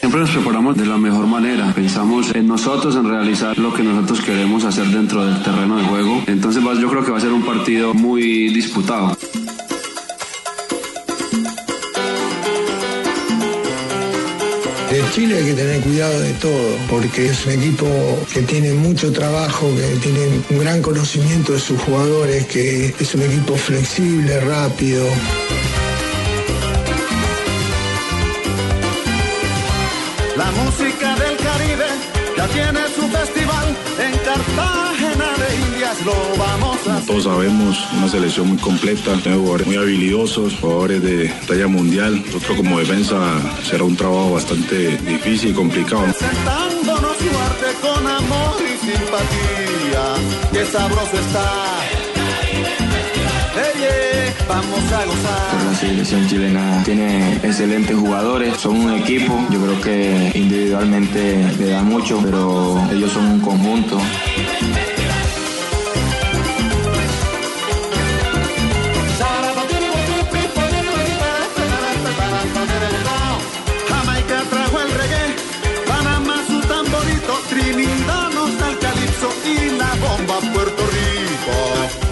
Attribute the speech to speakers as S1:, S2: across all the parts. S1: Siempre nos preparamos de la mejor manera. Pensamos en nosotros, en realizar lo que nosotros queremos hacer dentro del terreno de juego. Entonces va- yo creo que va a ser un partido muy disputado.
S2: De Chile hay que tener cuidado de todo, porque es un equipo que tiene mucho trabajo, que tiene un gran conocimiento de sus jugadores, que es un equipo flexible, rápido.
S3: La música del Caribe ya tiene su festival en Cartagena de Indias. Lo vamos a hacer.
S4: Todos sabemos, una selección muy completa, tiene jugadores muy habilidosos, jugadores de talla mundial. Nosotros como defensa será un trabajo bastante difícil y complicado.
S3: Presentándonos su arte con amor y simpatía. Qué sabroso está. Ey, ey, vamos a gozar.
S5: La selección chilena tiene excelentes jugadores, son un equipo, yo creo que individualmente le da mucho, pero ellos son un conjunto.
S3: Jamaica trajo el reggae, Panamá su tamborito, Trinidad nos da el calipso y la bomba Puerto Rico.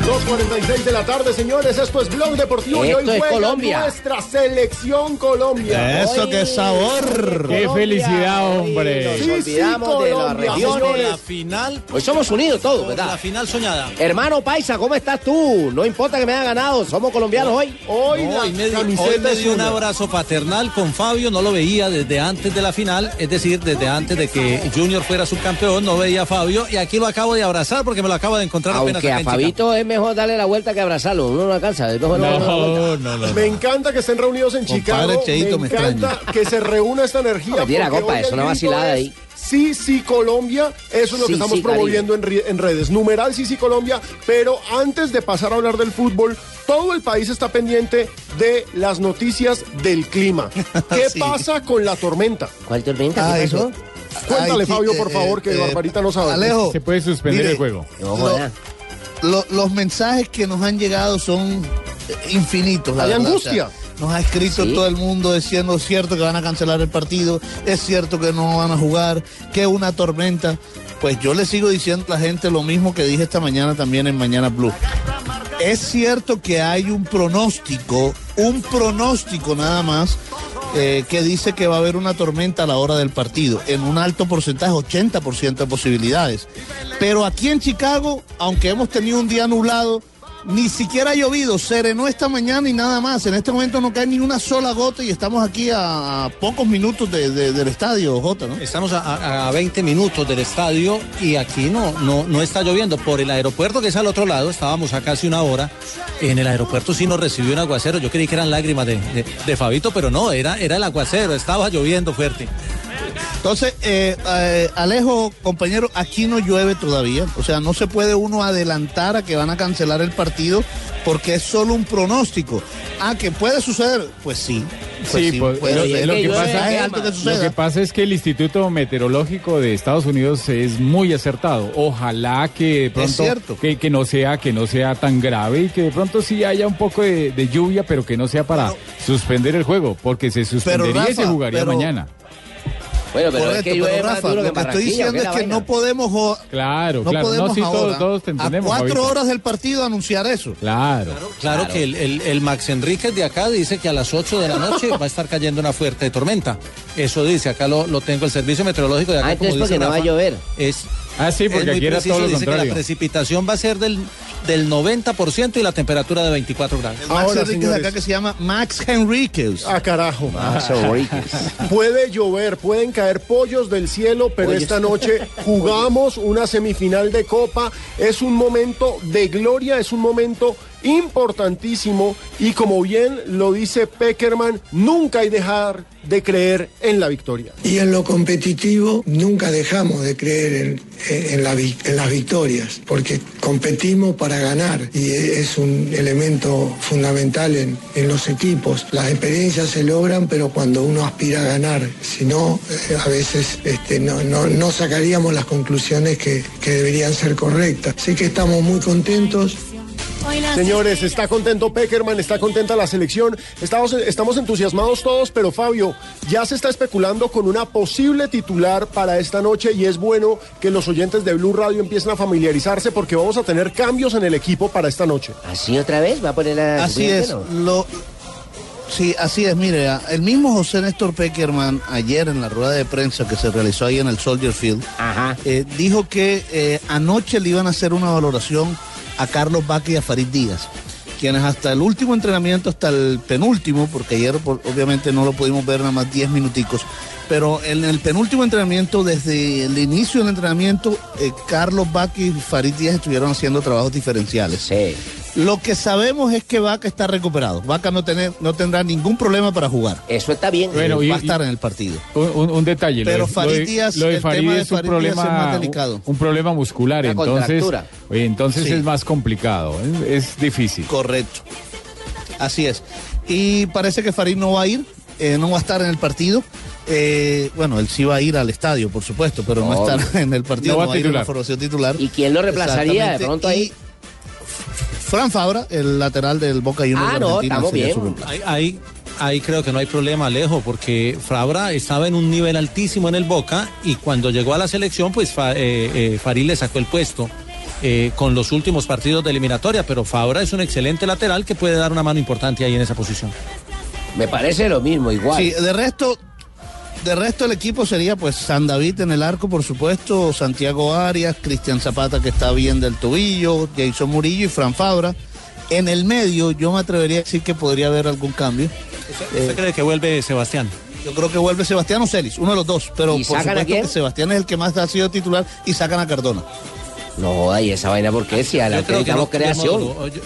S6: 2.46 de la tarde, señores. Esto es Blog Deportivo y
S7: Esto
S6: hoy
S7: es
S6: juega
S7: Colombia.
S6: nuestra selección Colombia.
S7: Eso, qué sabor. Qué felicidad, hombre.
S6: Sí,
S7: Nos
S6: sí,
S7: olvidamos de la
S6: Colombia,
S7: región.
S6: señores.
S7: La final. Hoy somos unidos todos, ¿verdad? La final soñada. Hermano Paisa, ¿cómo estás tú? No importa que me haya ganado, somos colombianos hoy.
S6: Hoy la
S8: Hoy me, di-
S6: camiseta
S8: hoy me
S6: es
S8: di un
S6: una.
S8: abrazo paternal con Fabio, no lo veía desde antes de la final, es decir, desde antes de que Junior fuera subcampeón, no veía a Fabio y aquí lo acabo de abrazar porque me lo acabo de encontrar apenas
S7: Aunque
S8: acá
S7: a
S8: en Chicago.
S7: Fabito es mejor darle la vuelta que abrazarlo. Uno no alcanza. Es mejor no darle la vuelta.
S9: no, no.
S6: Me encanta que estén reunidos en
S9: Compadre
S6: Chicago.
S9: Cheito,
S6: me
S9: me
S6: encanta que se reúna esta energía.
S7: No, mentira,
S6: porque
S7: compa,
S6: hoy
S7: es
S6: el
S7: una
S6: grito
S7: vacilada
S6: es
S7: ahí.
S6: Sí, sí, Colombia. Eso es
S7: Sí,
S6: lo que estamos
S7: sí,
S6: promoviendo en, ri- en redes. Numeral sí, sí, Colombia. Pero antes de pasar a hablar del fútbol, todo el país está pendiente de las noticias del clima. ¿Qué
S9: Sí. Ah,
S6: pasa con la tormenta?
S7: ¿Cuál tormenta? ¿Qué pasó?
S6: Cuéntale, Fabio,
S9: eh,
S6: por favor, que Barbarita no sabe.
S9: Alejo.
S6: Se
S9: puede suspender el juego.
S7: No, joda.
S9: los mensajes que nos han llegado son eh, infinitos. la
S6: Hay
S9: verdad,
S6: angustia.
S9: o sea, nos ha escrito
S7: Sí.
S9: todo el mundo diciendo es cierto que van a cancelar el partido, es cierto que no van a jugar, que una tormenta. Pues yo le sigo diciendo a la gente lo mismo que dije esta mañana también en Mañana Blue. Es cierto que hay un pronóstico, un pronóstico nada más, eh, que dice que va a haber una tormenta a la hora del partido, en un alto porcentaje, 80% de posibilidades. Pero aquí en Chicago, aunque hemos tenido un día nublado, ni siquiera ha llovido, serenó esta mañana y nada más. En este momento no cae ni una sola gota y estamos aquí a, a pocos minutos de- de- del estadio, Jota, ¿no?
S8: Estamos a- a, a 20 minutos del estadio y aquí no, no, no está lloviendo. Por el aeropuerto que es al otro lado, estábamos a casi una hora. En el aeropuerto sí nos recibió un aguacero. Yo creí que eran lágrimas de, de- de Fabito, pero no, era, era el aguacero, estaba lloviendo fuerte.
S9: Entonces, eh, eh, Alejo, compañero, aquí no llueve todavía. O sea, no se puede uno adelantar a que van a cancelar el partido porque es solo un pronóstico. Ah, que puede suceder. Pues sí. Pues sí, puede
S7: pero
S9: suceder.
S7: lo que
S9: El
S7: pasa-
S9: porcentaje es alto que
S7: lo
S9: suceda.
S10: Lo que pasa es que el Instituto Meteorológico de Estados Unidos es muy acertado. Ojalá que de
S9: Es cierto.
S10: pronto que, que no sea que no sea tan grave y que de pronto sí haya un poco de, de lluvia, pero que no sea para suspender el juego, porque se suspendería y se
S9: Rafa,
S10: jugaría
S9: pero-
S10: mañana.
S7: Bueno, pero es
S9: Correcto,
S7: que
S9: pero
S7: llueve más
S9: Rafa,
S7: duro
S9: lo
S7: que
S9: que estoy
S7: Barranquilla,
S9: diciendo
S7: ¿qué
S9: es
S7: la
S9: que
S7: vaina?
S9: no podemos, jo-
S10: Claro,
S9: no
S10: claro. No,
S9: podemos
S10: sí, todos-
S9: ahora,
S10: todos te entendemos,
S9: a cuatro
S10: Fabito.
S9: horas del partido anunciar eso.
S10: Claro.
S8: Claro, que el, el- el Max Enríquez de acá dice que a las 8 de la noche va a estar cayendo una fuerte tormenta. Eso dice, acá lo, lo tengo el servicio meteorológico de acá.
S7: Ah, entonces
S8: como dice
S7: porque no va a
S8: Rafa,
S7: llover.
S8: Es,
S10: Ah, sí,
S8: es
S10: porque
S8: muy
S10: aquí era
S8: preciso,
S10: todo lo
S8: dice que la
S10: contrario.
S8: precipitación va a ser del del 90% y la temperatura de 24 grados.
S9: Max Enríquez acá que se llama Max Henríquez.
S6: Ah, carajo.
S9: Max Henríquez.
S6: Puede llover, pueden caer pollos del cielo, pero
S9: Pollos.
S6: esta noche jugamos una semifinal de Copa. Es un momento de gloria, es un momento importantísimo y como bien lo dice Peckerman, nunca hay dejar de creer en la victoria.
S2: Y en lo competitivo nunca dejamos de creer en, en- en la vic- en las victorias, porque competimos para ganar y e- es un elemento fundamental en, en los equipos. Las experiencias se logran, pero cuando uno aspira a ganar, si no, eh, a veces este, no, no- no sacaríamos las conclusiones que, que deberían ser correctas. Así que estamos muy contentos,
S6: Señores, está contento Peckerman, está contenta la selección. Estamos, estamos entusiasmados todos, pero Fabio, ya se está especulando con una posible titular para esta noche y es bueno que los oyentes de Blue Radio empiecen a familiarizarse porque vamos a tener cambios en el equipo para esta noche.
S11: ¿Así otra vez? ¿Va a poner la
S9: Así es. Lo, sí, así es. Mire, a- el mismo José Néstor Peckerman, ayer en la rueda de prensa que se realizó ahí en el Soldier Field, eh, dijo que eh, anoche le iban a hacer una valoración a Carlos Baca y a Farid Díaz, quienes hasta el último entrenamiento, hasta el penúltimo, porque ayer por- obviamente no lo pudimos ver nada más 10 minuticos, pero en el penúltimo entrenamiento, desde el inicio del entrenamiento, eh, Carlos Baca y Farid Díaz estuvieron haciendo trabajos diferenciales. Lo que sabemos es que Vaca está recuperado. Vaca no, tener, no tendrá ningún problema para jugar.
S11: Eso está bien.
S10: Bueno, y-
S9: va a estar
S10: y-
S9: en el partido.
S10: Un, un- un detalle. lo
S9: Pero
S10: de-
S9: Farid
S10: lo de-
S9: Díaz,
S10: lo de
S9: el
S10: Farid
S9: tema de
S10: es un
S9: Farid Díaz es
S10: problema,
S9: más delicado.
S10: Un, problema muscular,
S9: Una
S10: entonces,
S9: contractura.
S10: oye, entonces
S9: Sí.
S10: es más complicado, ¿eh? es difícil.
S9: Correcto. Así es. Y parece que Farid no va a ir, eh, no va a estar en el partido. Eh, bueno, él sí va a ir al estadio, por supuesto, pero no,
S11: Obvio.
S9: estar en el partido,
S11: No va
S9: no,
S11: a
S9: va a ir en la
S11: titular.
S9: formación titular.
S11: ¿Y quién lo reemplazaría de
S9: Exactamente.
S11: pronto ahí?
S9: Fran Fabra, el lateral del Boca Juniors.
S11: Ah,
S9: de Argentina, sería su reemplazo.
S8: Ahí, ahí, ahí creo que no hay problema, Alejo, porque Fabra estaba en un nivel altísimo en el Boca y cuando llegó a la selección, pues Fa- eh, eh, Farid le sacó el puesto. eh, con los últimos partidos de eliminatoria, pero Fabra es un excelente lateral que puede dar una mano importante ahí en esa posición.
S11: Me parece lo mismo, igual.
S9: Sí, de resto, de resto el equipo sería pues San David en el arco, por supuesto, Santiago Arias, Cristian Zapata que está bien del tobillo, Jason Murillo y Fran Fabra. En el medio yo me atrevería a decir que podría haber algún cambio. Eh,
S8: ¿Usted cree que vuelve Sebastián?
S9: Yo creo que vuelve Sebastián o Celis, uno de los dos, pero
S11: ¿Y
S9: por
S11: sacan a
S9: supuesto
S11: quién?
S9: que Sebastián es el que más ha sido titular y sacan a Cardona.
S11: No, y esa vaina, porque si a la
S8: creo que
S11: necesitamos
S8: no cambia el
S11: creación.
S8: módulo. Yo-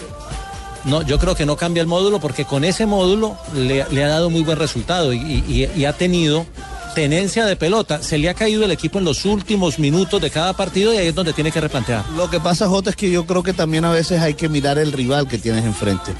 S8: No, yo creo que no cambia el módulo porque con ese módulo le, le ha dado muy buen resultado y, y- y- y ha tenido tenencia de pelota. Se le ha caído el equipo en los últimos minutos de cada partido y ahí es donde tiene que replantear.
S9: Lo que pasa, Jota, es que yo creo que también a veces hay que mirar el rival que tienes enfrente.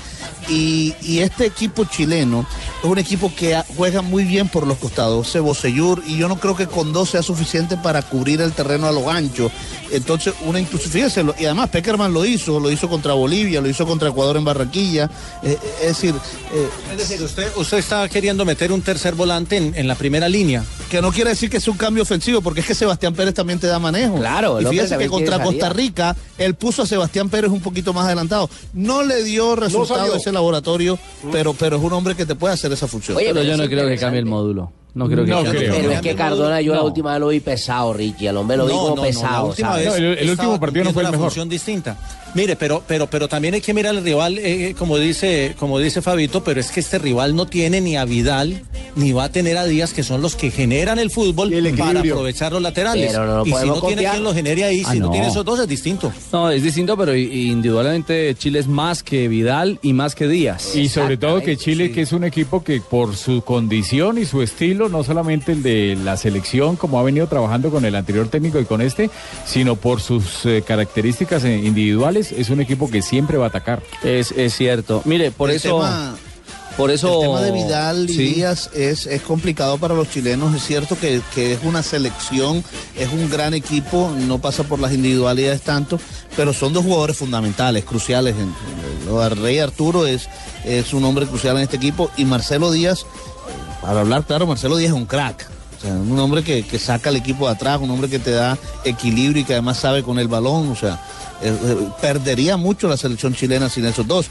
S9: Y, y este equipo chileno es un equipo que a- juega muy bien por los costados, ese Bocellur, y yo no creo que con dos sea suficiente para cubrir el terreno a lo ancho. Entonces, una incluso, fíjese, lo- y además Peckerman lo hizo, lo hizo contra Bolivia, lo hizo contra Ecuador en Barranquilla. Eh, eh, es decir, eh,
S8: Es decir, usted, usted está queriendo meter un tercer volante en, en la primera línea.
S9: que no quiere decir que es un cambio ofensivo, porque es que Sebastián Pérez también te da manejo.
S8: Claro,
S9: y
S8: el hombre
S9: fíjese que
S8: también tiene
S9: contra
S8: salida.
S9: Costa Rica, él puso a Sebastián Pérez un poquito más adelantado. No le dio resultado
S12: salió.
S9: ese laboratorio, pero, pero es un hombre que te puede hacer esa función.
S12: pero yo no creo que cambie el módulo. No creo que cambie.
S11: Pero es que Cardona, yo la última vez lo vi pesado, Richie. El hombre lo vi
S8: No,
S11: como
S8: no, no, la
S11: pesado.
S8: última
S11: ¿sabes?
S8: vez estaba cumpliendo una función distinta. Mire, pero, pero, pero también hay que mirar al rival, eh, como dice, como dice Fabito, pero es que este rival no tiene ni a Vidal ni va a tener a Díaz, que son los que generan el fútbol para
S12: equilibrio.
S8: aprovechar los laterales.
S12: Pero no lo
S8: y si no
S12: podemos
S8: tiene
S12: confiar.
S8: quien lo genere ahí,
S12: Ah,
S8: si no.
S12: no.
S8: tiene esos dos es distinto.
S12: No, es distinto, pero i- individualmente Chile es más que Vidal y más que Díaz.
S10: Y sobre todo que Chile, que es un equipo que por su condición y su estilo, no solamente el de la selección, como ha venido trabajando con el anterior técnico y con este, sino por sus eh, características eh, individuales, es un equipo que siempre va a atacar.
S12: Es, es cierto. Mire, por
S10: El
S12: eso.
S10: tema-
S12: por eso.
S9: El tema de Vidal y
S12: Sí.
S9: Díaz es, es complicado para los chilenos. Es cierto que, que es una selección, es un gran equipo, no pasa por las individualidades tanto, pero son dos jugadores fundamentales, cruciales. En- en- lo de Rey Arturo es, es un hombre crucial en este equipo y Marcelo Díaz, eh, para hablar claro, Marcelo Díaz es un crack. O sea, un hombre que, que saca al equipo de atrás, un hombre que te da equilibrio y que además sabe con el balón. O sea, eh, eh, perdería mucho la selección chilena sin esos dos.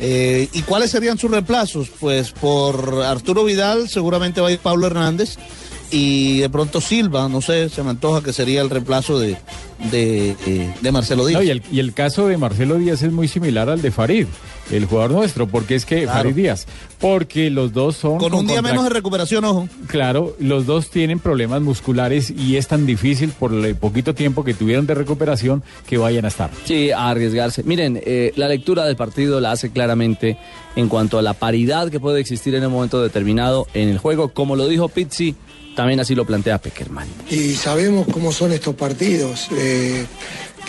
S9: Eh, ¿Y cuáles serían sus reemplazos? Pues por Arturo Vidal seguramente va a ir Pablo Hernández. y de pronto Silva, no sé, se me antoja que sería el reemplazo de, de, eh, de Marcelo Díaz.
S10: No, y, el, y el caso de Marcelo Díaz es muy similar al de Farid, el jugador nuestro, porque es que
S9: Claro.
S10: Farid Díaz, porque los dos son...
S9: Con un día
S10: contract-
S9: menos de recuperación, ojo.
S10: Claro, los dos tienen problemas musculares y es tan difícil por el poquito tiempo que tuvieron de recuperación que vayan a estar.
S12: Sí, a arriesgarse. Miren, eh, la lectura del partido la hace claramente en cuanto a la paridad que puede existir en un momento determinado en el juego. Como lo dijo Pizzi, también así lo plantea Peckerman.
S2: y sabemos cómo son estos partidos, eh,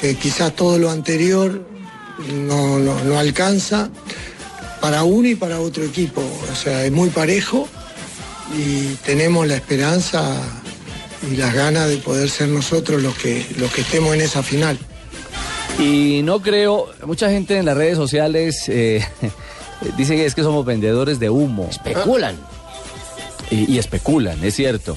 S2: que quizás todo lo anterior no, no- no alcanza para uno y para otro equipo, o sea, es muy parejo y tenemos la esperanza y las ganas de poder ser nosotros los que, los que estemos en esa final.
S12: Y no creo, mucha gente en las redes sociales eh, dice que es que somos vendedores de humo. Especulan. Y, y especulan, es cierto.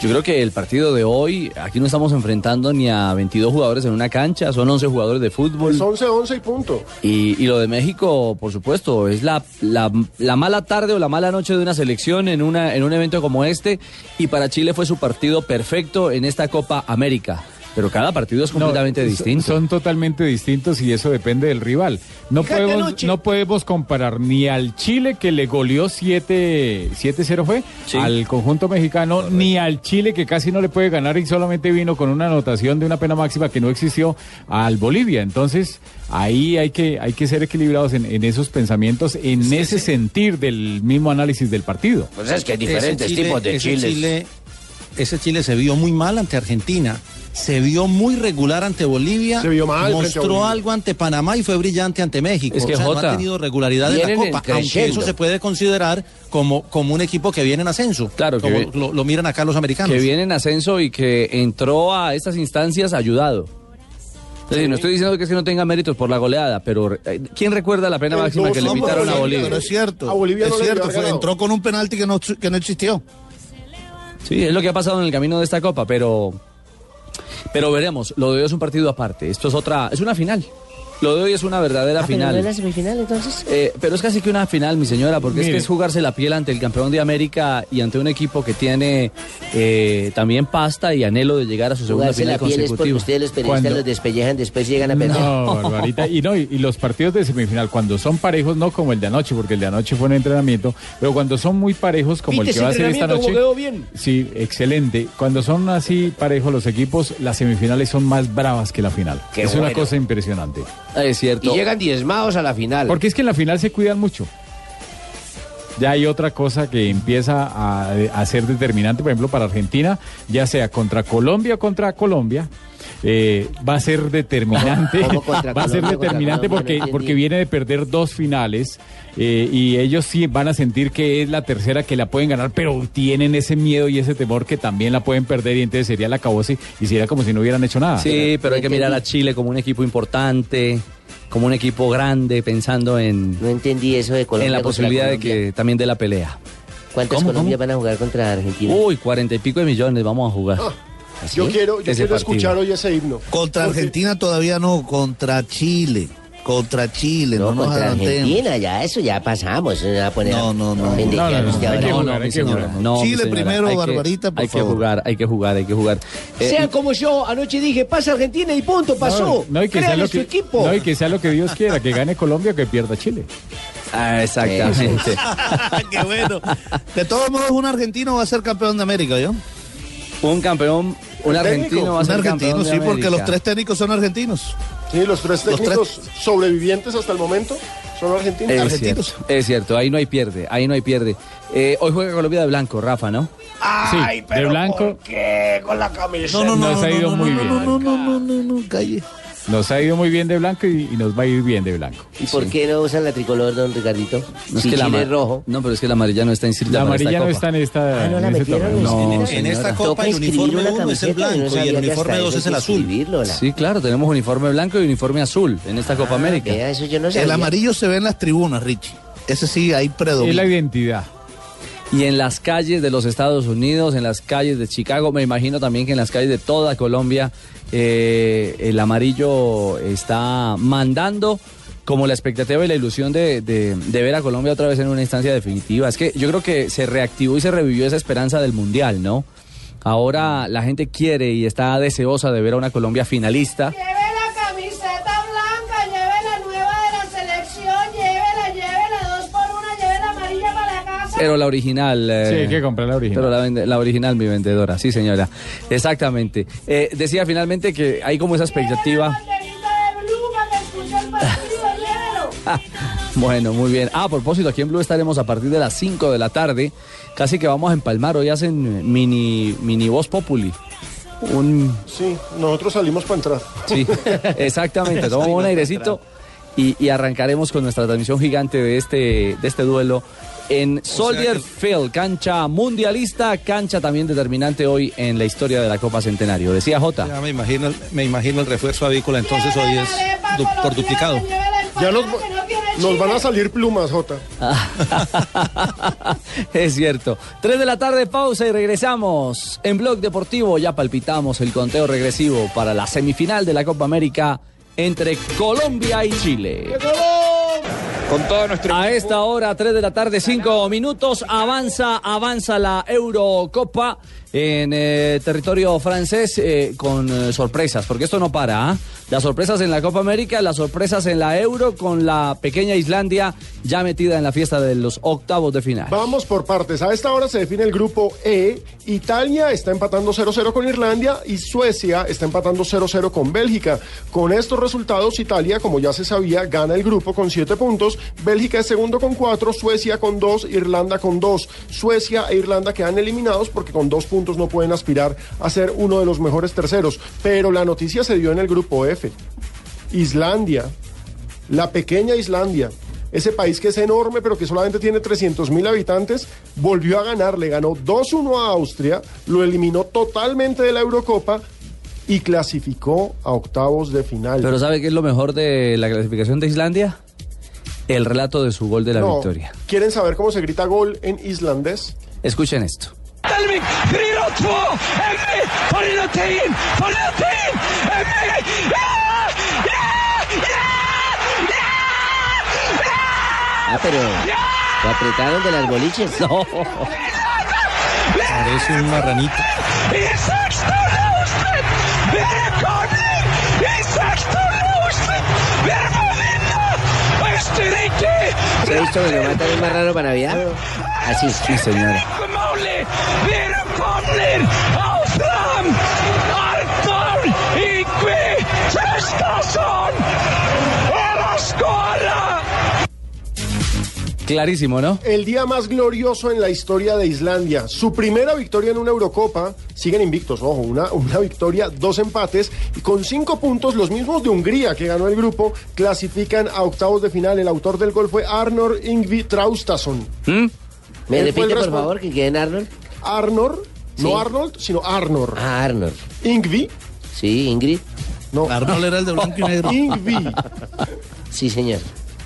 S12: Yo creo que el partido de hoy, aquí no estamos enfrentando ni a 22 jugadores en una cancha, son 11 jugadores de fútbol.
S6: Es 11-11 y punto.
S12: Y, y lo de México, por supuesto, es la, la, la mala tarde o la mala noche de una selección en, una, en un evento como este. Y para Chile fue su partido perfecto en esta Copa América. Pero cada partido es completamente
S10: No,
S12: distinto.
S10: Son, son totalmente distintos y eso depende del rival. No
S12: Fíjate
S10: podemos,
S12: anoche.
S10: no podemos comparar ni al Chile que le goleó 7 7-0 fue al conjunto mexicano, ni al Chile que casi no le puede ganar y solamente vino con una anotación de una pena máxima que no existió al Bolivia. Entonces, ahí hay que, hay que ser equilibrados en, en esos pensamientos, en ese sentir del mismo análisis del partido.
S11: Pues es que hay
S8: Ese
S11: diferentes
S8: Chile-
S11: tipos de
S8: ese
S11: chiles.
S8: Chile. Ese Chile se vio muy mal ante Argentina. Se vio muy regular ante Bolivia.
S6: Se vio mal frente a
S8: Mostró
S6: Bolivia.
S8: algo ante Panamá y fue brillante ante México.
S12: Es que,
S8: O sea, no
S12: Jota,
S8: ha tenido regularidad en la
S12: vienen en
S8: Copa. Aunque
S12: creciendo.
S8: eso se puede considerar como, como un equipo que viene en ascenso. Claro,
S12: que
S8: como
S12: vi-
S8: lo, lo miran acá los americanos.
S12: Que viene en ascenso y que entró a estas instancias ayudado. Es decir, no estoy diciendo que es que no tenga méritos por la goleada, pero eh, ¿quién recuerda la pena
S9: El
S12: máxima que le
S9: 2-1
S12: invitaron a
S9: pero-
S12: Bolivia?
S9: Pero es cierto.
S6: A Bolivia
S9: es
S6: no le
S9: cierto,
S6: había
S9: fue-
S6: ganado.
S9: entró con un penalti que no, que no existió.
S12: Sí, es lo que ha pasado en el camino de esta copa, pero pero veremos. Lo de hoy es un partido aparte. Esto es otra, es una final. Lo de hoy es una verdadera
S13: Ah, pero
S12: final.
S13: no es la semifinal, entonces.
S12: Eh, pero es casi que una final, mi señora, porque es
S13: Mire.
S12: que es jugarse la piel ante el campeón de América y ante un equipo que tiene eh, también pasta y anhelo de llegar a su segunda
S11: Jugarse
S12: final
S11: la piel es porque
S12: consecutiva.
S11: ustedes los periodistas
S12: Cuando-
S11: los despellejan, después llegan a perder.
S10: No, Barbarita. Y, no, y, y los partidos de semifinal, cuando son parejos, no como el de anoche, porque el de anoche fue un entrenamiento, pero cuando son muy parejos, como el
S12: ¿Viste
S10: que va a
S12: ese
S10: ser esta
S12: entrenamiento,
S10: noche.
S12: cómo quedó bien?
S10: Sí, excelente. Cuando son así parejos los equipos, las semifinales son más bravas que la final.
S12: Qué
S10: es una
S12: bueno.
S10: cosa impresionante.
S12: Es cierto.
S10: Y llegan
S12: diezmados a la final.
S10: Porque es que en la final se cuidan mucho. Ya hay otra cosa que empieza a, a ser determinante, por ejemplo, para Argentina, ya sea contra Colombia o contra Colombia. eh, va a ser determinante,
S14: ¿Cómo contra
S10: va a
S14: Colombia,
S10: ser
S14: contra Colombia? No
S10: determinante porque,
S14: entendí.
S10: porque viene de perder dos finales eh, y ellos sí van a sentir que es la tercera que la pueden ganar, pero tienen ese miedo y ese temor que también la pueden perder y entonces sería la cabose y sería como si no hubieran hecho nada.
S12: Sí, pero hay que mirar a Chile como un equipo importante, como un equipo grande, pensando en. No entendí eso de
S11: Colombia
S12: En la
S11: contra
S12: posibilidad de
S11: Colombia.
S12: que también de la pelea.
S11: ¿Cuántas
S12: ¿Cómo,
S11: Colombia
S12: cómo?
S11: van a jugar contra Argentina?
S12: Uy, cuarenta y pico de millones vamos a jugar.
S6: Yo quiero, yo
S12: Ese
S6: quiero
S12: partido.
S6: escuchar hoy ese himno.
S9: Contra
S6: Porque-
S9: Argentina todavía no, contra Chile. Contra Chile, no, nos
S11: contra
S9: adelantemos.
S11: Argentina, ya eso ya pasamos. No, va a poner
S9: No, no, no.
S11: pendejear usted ahora.
S12: No, no, mi señora, no, mi
S9: Chile
S12: señora,
S9: primero,
S12: hay que-
S9: Barbarita, por
S12: Hay que
S9: favor.
S12: jugar, hay que jugar, hay que jugar. Eh,
S13: Sean como yo, anoche dije, pasa Argentina y punto, pasó.
S10: No, y que sea
S13: Créanle
S10: lo
S13: su
S10: que-
S13: equipo.
S10: no, y que sea lo que Dios quiera, que gane Colombia o que pierda Chile.
S12: Ah, exactamente.
S9: Qué bueno. De todos modos, un argentino va a ser campeón de América, ¿yo?
S12: Un campeón, un argentino va a ser
S9: Un argentino,
S12: campeón de
S9: sí, porque
S12: América.
S9: los tres técnicos son argentinos.
S6: Sí, los tres
S9: Los
S6: técnicos sobrevivientes hasta el momento son argentinos.
S12: es
S6: argentinos.
S12: cierto, es cierto, ahí no hay pierde, ahí no hay pierde. Eh, hoy juega Colombia de blanco, Rafa, ¿no?
S10: Ay, pero de blanco. ¿por
S12: qué? Con la
S10: No,
S12: camiseta.
S10: no, no, Nos ha ido muy bien.
S9: No, no, no, no, no, calle.
S10: Nos ha ido muy bien de blanco y, y nos va a ir bien de blanco.
S11: ¿Y por qué no usan la tricolor, don Ricardito?
S12: No, es
S11: si
S12: que la
S11: Chile
S12: ama-
S11: es rojo.
S12: No, pero es que la amarilla no está inscrita.
S10: La
S12: para
S10: amarilla
S12: esta
S10: no
S12: copa.
S10: está en esta.
S12: Ah, no la
S10: en este
S12: metieron
S10: torneo.
S12: ustedes.
S10: No,
S12: En
S10: señora.
S12: En esta
S11: Toca
S8: Copa, el
S11: inscribir
S8: uniforme
S11: una
S8: uno es el
S11: camiseta, yo no
S8: blanco y
S11: sabía
S8: el
S11: que
S8: uniforme
S11: hasta
S8: dos
S11: eso
S8: es
S11: hay
S8: el
S11: que
S8: azul.
S11: inscribirlo, la- Ah,
S12: Sí, claro, tenemos uniforme blanco y uniforme azul en esta Copa América.
S11: vea, eso yo no
S9: El
S11: sabía.
S9: amarillo se ve en las tribunas, Richie. Ese sí, ahí predomina.
S12: Es la
S10: identidad.
S12: Y en las calles de los Estados Unidos, en las calles de Chicago, me imagino también que en las calles de toda Colombia, eh, el amarillo está mandando como la expectativa y la ilusión de, de- de ver a Colombia otra vez en una instancia definitiva. Es que yo creo que se reactivó y se revivió esa esperanza del Mundial, ¿no? Ahora la gente quiere y está deseosa de ver a una Colombia finalista.
S14: Lleve la camiseta blanca, lleve la nueva de la selección, llévela, llévela dos por una, lleve la amarilla para la casa.
S12: Pero la original.
S10: Sí, hay que
S12: comprar la original. Pero la, vende- la original, mi vendedora, sí, señora. Exactamente. Eh, decía finalmente que hay como esa expectativa.
S14: Banderita de blue para que escuche el partido, llévelo.
S12: Ah, Bueno, muy bien. Ah, a propósito, aquí en Blue estaremos a partir de las 5 de la tarde. Casi que vamos a empalmar. Hoy hacen mini, mini voz populi. Un
S6: Sí, nosotros salimos para entrar.
S12: Sí, exactamente. Tomamos un airecito y, y arrancaremos con nuestra transmisión gigante de este, de este duelo en Soldier Field, cancha mundialista, cancha también determinante hoy en la historia de la Copa Centenario. Decía Jota.
S15: Ya me imagino, me imagino el refuerzo avícola, entonces hoy es du- por duplicado.
S6: Ya nos, nos van a salir plumas, Jota.
S12: es cierto. 3 de la tarde, pausa y regresamos. En Blog Deportivo ya palpitamos el conteo regresivo para la semifinal de la Copa América entre Colombia y Chile. Con todo nuestro A esta hora, 3 de la tarde, 5 minutos, avanza, avanza la Eurocopa en eh, territorio francés eh, con eh, sorpresas, porque esto no para. ¿ah? Las sorpresas en la Copa América, las sorpresas en la Euro con la pequeña Islandia ya metida en la fiesta de los octavos de final.
S6: Vamos por partes. A esta hora se define el grupo E. Italia está empatando 0-0 con Irlanda y Suecia está empatando 0-0 con Bélgica. Con estos resultados, Italia, como ya se sabía, gana el grupo con 7 puntos. Bélgica es segundo con 4, Suecia con 2, Irlanda con 2. Suecia e Irlanda quedan eliminados porque con 2 puntos no pueden aspirar a ser uno de los mejores terceros. Pero la noticia se dio en el grupo F. Islandia, la pequeña Islandia, ese país que es enorme pero que solamente tiene 300 mil habitantes, volvió a ganar, le ganó 2-1 a Austria, lo eliminó totalmente de la Eurocopa y clasificó a octavos de final.
S12: Pero ¿sabe qué es lo mejor de la clasificación de Islandia? El relato de su gol de la
S6: No.
S12: victoria.
S6: ¿Quieren saber cómo se grita gol en islandés?
S12: Escuchen esto.
S3: Elving, 4-2, Elving, får in och in, får in och in, Elving, ja, ja,
S13: Ah, pero lo apretaron de las boliches.
S12: No.
S15: Parece un marranito.
S3: i 16 Rosen, vi är konung, i 16 Rosen, vi är för vinna,
S6: ¡Este
S3: Österrike,
S13: ¿Se ha visto que lo matan es más raro para Navidad? Así. Sí, señora.
S3: Molly, vi är kommer, Ahlström, Arthur, Yngve, Gustafsson, och skåra!
S12: Clarísimo, ¿no?
S6: El día más glorioso en la historia de Islandia. Su primera victoria en una Eurocopa. Siguen invictos, ojo, una, una victoria, dos empates. Y con cinco puntos, los mismos de Hungría que ganó el grupo, clasifican a octavos de final. El autor del gol fue Arnor Ingvi Traustason.
S12: ¿Mm?
S13: ¿Me
S6: Él fue el
S13: repite, por
S6: respon-
S13: favor, que queden Arnold?
S6: Arnor,
S13: Sí.
S6: no Arnold, sino Arnor.
S13: Ah, Arnold.
S6: ¿Ingvi?
S13: Sí, Ingrid.
S6: No.
S13: Arnold
S15: era el de blanco y negro.
S6: Ingvi
S13: Sí, señor.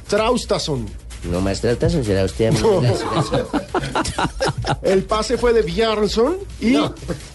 S6: Traustason.
S13: No más tratas o será usted amigo.
S6: El pase fue de Bjarnsson y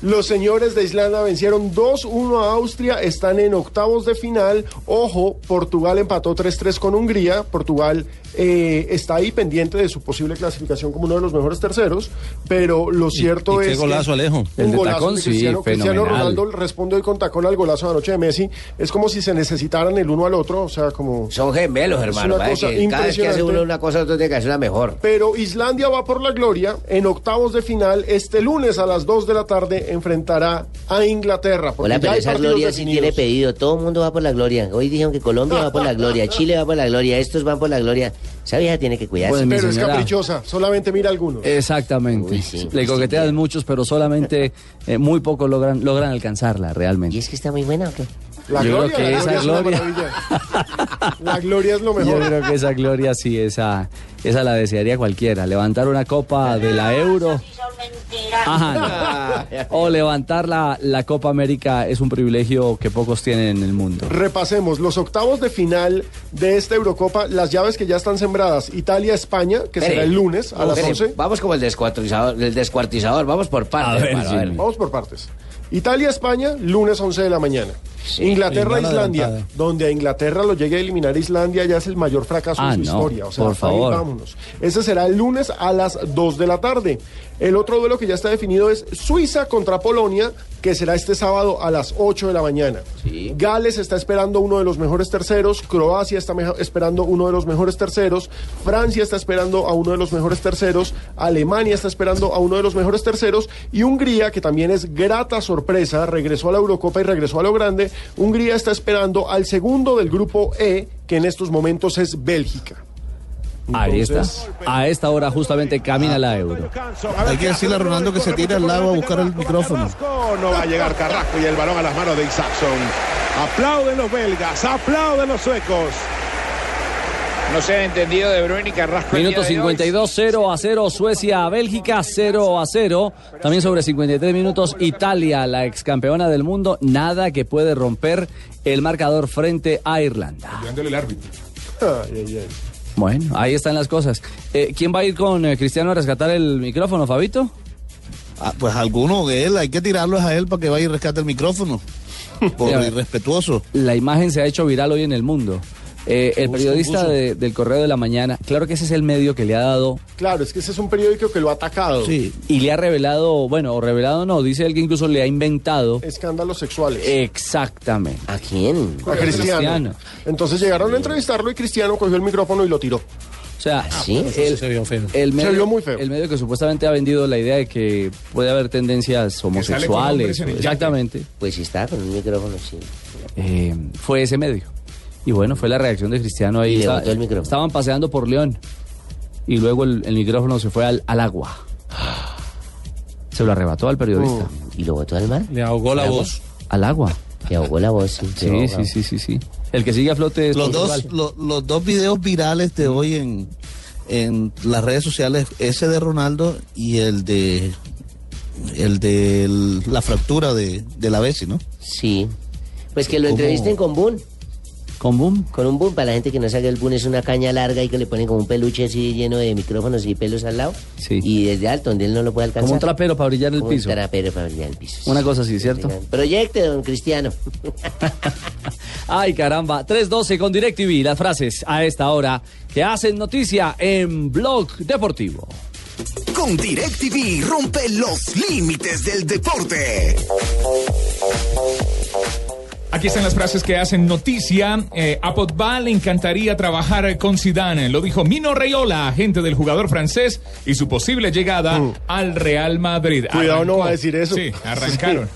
S6: los señores de Islanda vencieron 2-1 a Austria, están en octavos de final. Ojo, Portugal empató 3-3 con Hungría. Portugal eh, está ahí pendiente de su posible clasificación como uno de los mejores terceros, pero lo cierto
S15: y qué
S6: es. que
S15: golazo, Alejo.
S6: Un
S15: El de
S6: golazo
S15: tacón,
S6: de
S15: sí,
S6: Cristiano, Cristiano
S15: fenomenal.
S6: Ronaldo responde hoy con tacón al golazo de anoche de Messi. Es como si se necesitaran el uno al otro, o sea, como.
S13: Son gemelos,
S6: Es
S13: hermano.
S6: una
S13: ¿vale?
S6: cosa
S13: Que cada vez que hace
S6: impresionante.
S13: uno una cosa, otro tiene que hacer una mejor.
S6: Pero Islandia va por la gloria. En octavos de final, este lunes a las 2 de la tarde, enfrentará a Inglaterra. porque
S13: Hola,
S6: ya
S13: pero
S6: hay
S13: esa
S6: partidos
S13: gloria sí tiene
S6: definidos.
S13: pedido. Todo el mundo va por la gloria. Hoy dijeron que Colombia va por la gloria, Chile va por la gloria, estos van por la gloria. Esa vieja tiene que cuidarse.
S12: Bueno, mi
S6: Pero es
S12: señora.
S6: caprichosa, solamente mira algunos.
S12: Exactamente. Le coquetean muchos, pero solamente eh, muy pocos logran, logran alcanzarla realmente. ¿Y
S13: es que está muy buena o qué?
S6: La
S12: Yo
S6: gloria,
S12: creo que
S6: la
S12: esa
S6: gloria es una
S12: gloria,
S6: maravilla. La gloria es lo
S12: yo
S6: mejor.
S12: creo que esa gloria sí, esa, esa la desearía cualquiera. Levantar una copa de la Euro. Uh-huh. Ajá, no. O levantar la, la Copa América es un privilegio que pocos tienen en el mundo.
S6: Repasemos los octavos de final de esta Eurocopa, las llaves que ya están sembradas. Italia-España, que será
S13: Espere.
S6: el lunes a
S13: No,
S6: las
S13: espere,
S6: 11.
S13: Vamos como el descuartizador, el descuartizador. Vamos por partes. hermano, a ver.
S6: Vamos por partes. Italia-España, lunes 11 de la mañana. Inglaterra,
S10: Primera
S6: Islandia.
S10: adelantada.
S6: Donde a Inglaterra lo llegue a eliminar Islandia ya es el mayor fracaso
S12: Ah,
S6: de su
S12: no,
S6: historia. O sea,
S12: por
S6: ahí
S12: favor.
S6: vámonos. Ese será el lunes a las 2 de la tarde. El otro duelo que ya está definido es Suiza contra Polonia, que será este sábado a las 8 de la mañana. Gales está esperando uno de los mejores terceros, Croacia está meja- esperando uno de los mejores terceros, Francia está esperando a uno de los mejores terceros, Alemania está esperando a uno de los mejores terceros y Hungría, que también es grata sorpresa, regresó a la Eurocopa y regresó a lo grande, Hungría está esperando al segundo del grupo E, que en estos momentos es Bélgica.
S12: Ahí está. A esta hora justamente camina la euro.
S9: Hay que decirle a Ronaldo que se tire al lago a buscar el micrófono.
S16: No va a llegar Carrasco y el balón a las manos de Isaacson. Aplauden los belgas, aplauden los suecos.
S17: No se ha entendido de Bruyne y Carrasco. el
S12: Minuto
S17: día de hoy.
S12: 52, 0 a 0, Suecia a Bélgica, 0 a 0. También sobre 53 minutos, Italia, la ex campeona del mundo, nada que puede romper el marcador frente a Irlanda.
S18: Ayudándole el árbitro.
S12: Bueno, ahí están las cosas. Eh, ¿Quién va a ir con eh, Cristiano a rescatar el micrófono, Fabito?
S9: pues alguno de él, hay que tirarlo a él para que vaya y rescate el micrófono. Por
S12: Mira,
S9: irrespetuoso.
S12: La imagen se ha hecho viral hoy en el mundo. Eh, el
S6: Busca,
S12: periodista
S6: busca.
S12: de- del Correo de la Mañana, claro que ese es el medio que le ha dado
S6: Claro, es que ese es un periódico que lo ha atacado.
S12: Y le ha revelado, bueno, o revelado no, dice él que incluso le ha inventado.
S6: Escándalos sexuales.
S12: Exactamente.
S13: ¿A quién?
S6: A Cristiano. Entonces llegaron a entrevistarlo y Cristiano cogió el micrófono y lo tiró.
S12: O sea,
S6: Ah,
S12: el,
S6: se vio feo.
S12: el medio,
S6: Se vio muy feo.
S12: el medio que supuestamente ha vendido la idea de que puede haber tendencias homosexuales.
S13: en el
S12: Exactamente.
S13: Pues sí está, con un micrófono, sí.
S12: Eh, fue ese medio. Y bueno, fue la reacción de Cristiano ahí.
S13: Y le
S12: Estaba-
S13: botó el micrófono.
S12: Estaban paseando por León. Y luego el, el micrófono se fue al, al agua. Se lo arrebató al periodista.
S13: ¿Y lo botó al mar?
S12: Le ahogó
S13: la voz.
S12: Oh. Al agua.
S13: Le ahogó la voz, sí.
S12: Sí, sí, sí, sí, sí. El que sigue a flote es
S9: Los
S12: Portugal.
S9: dos, lo- los dos videos virales de hoy en, en las redes sociales, ese de Ronaldo y el de el de el- la fractura de, de la Bessi, ¿no?
S13: Sí. Pues que lo entrevisten con Boom.
S12: ¿Con Boom?
S13: Con un Boom. Para la gente que no sabe, el Boom es una caña larga y que le ponen como un peluche así lleno de micrófonos y pelos al lado.
S12: Sí.
S13: Y desde alto, donde él no lo puede alcanzar.
S12: Como un trapero para brillar el
S13: Como un
S12: piso.
S13: trapero para brillar el piso.
S12: Una cosa así, ¿cierto?
S13: Proyecte, don Cristiano.
S12: Ay, caramba. 312 con DirecTV. Las frases a esta hora que hacen noticia en Blog Deportivo.
S19: Con DirecTV rompe los límites del deporte.
S18: Aquí están las frases que hacen noticia. Eh, a Pogba le encantaría trabajar con Zidane. Lo dijo Mino Raiola, agente del jugador francés, y su posible llegada al Real Madrid.
S6: Mm. Cuidado, no va a decir eso.
S18: Sí, arrancaron.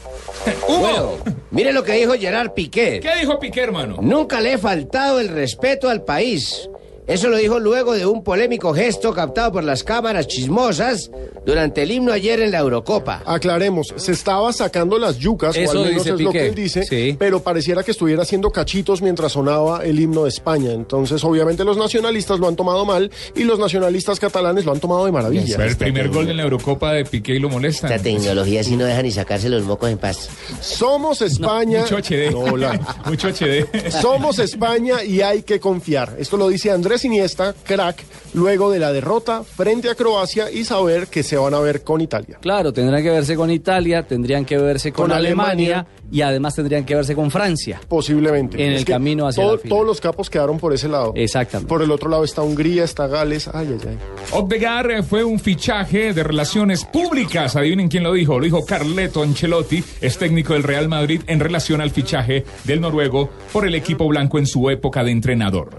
S11: Bueno, mire lo que dijo Gerard Piqué.
S18: ¿Qué dijo Piqué, hermano?
S11: Nunca le he faltado el respeto al país. Eso lo dijo luego de un polémico gesto captado por las cámaras chismosas durante el himno ayer en la Eurocopa.
S6: Aclaremos, se estaba sacando las yucas,
S11: Eso
S6: o al menos
S11: dice
S6: es lo que
S11: Piqué,
S6: él dice, pero pareciera que estuviera haciendo cachitos mientras sonaba el himno de España. Entonces, obviamente, los nacionalistas lo han tomado mal y los nacionalistas catalanes lo han tomado de maravilla.
S18: Fue el primer gol en la Eurocopa de Piqué y lo molesta.
S13: La tecnología sí no deja ni sacarse los mocos en paz.
S6: Somos España.
S18: Mucho HD.
S6: No, hola.
S18: Mucho HD.
S6: Somos España y hay que confiar. Esto lo dice Andrés Iniesta, crack, luego de la derrota frente a Croacia y saber que se van a ver con Italia.
S12: Claro, tendrán que verse con Italia, tendrían que verse con,
S6: Con
S12: Alemania,
S6: Alemania.
S12: y además tendrían que verse con Francia.
S6: Posiblemente.
S12: En
S6: Es
S12: el
S6: que
S12: camino hacia
S6: todo-
S12: la final.
S6: Todos los capos quedaron por ese lado.
S12: Exactamente.
S6: Por el otro lado está Hungría, está Gales. Ay, ay, ay.
S18: Obdegar eh, fue un fichaje de relaciones públicas. Adivinen quién lo dijo. Lo dijo Carleto Ancelotti, es técnico del Real Madrid en relación al fichaje del noruego por el equipo blanco en su época de entrenador.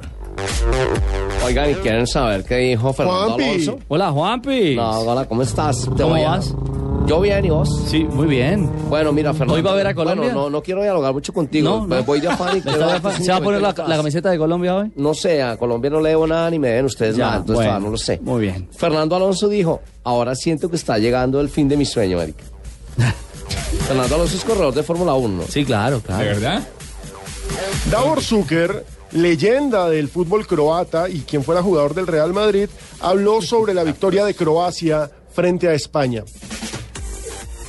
S17: Oigan, ¿y quieren saber qué dijo Fernando
S18: Juanpi.
S17: Alonso?
S12: Hola, Juanpi.
S17: No, hola, ¿cómo estás? ¿Te
S12: ¿Cómo
S17: voy a-
S12: vas?
S17: Yo bien, ¿y vos?
S12: Sí, muy bien.
S17: Bueno, mira, Fernando.
S12: ¿Hoy va a ver a Colombia?
S17: Bueno, no, no quiero dialogar mucho contigo.
S12: No,
S17: Me
S12: no.
S17: Voy de afán y
S12: ¿Me
S17: quiero
S12: está de
S17: darte
S12: afán?
S17: cinco
S12: ¿Se va a poner la,
S17: minutos.
S12: la camiseta de Colombia hoy?
S17: No sé, a Colombia no le debo nada ni me deben ustedes
S12: Ya,
S17: nada. Entonces,
S12: bueno,
S17: todavía no lo sé.
S12: Muy bien.
S17: Fernando Alonso dijo, ahora siento que está llegando el fin de mi sueño, Erika. Fernando Alonso es corredor de Fórmula 1, ¿no?
S12: Sí, claro, claro.
S17: ¿De
S18: verdad?
S6: Davor Zucker, leyenda del fútbol croata y quien fuera jugador del Real Madrid, habló sobre la victoria de Croacia frente a España.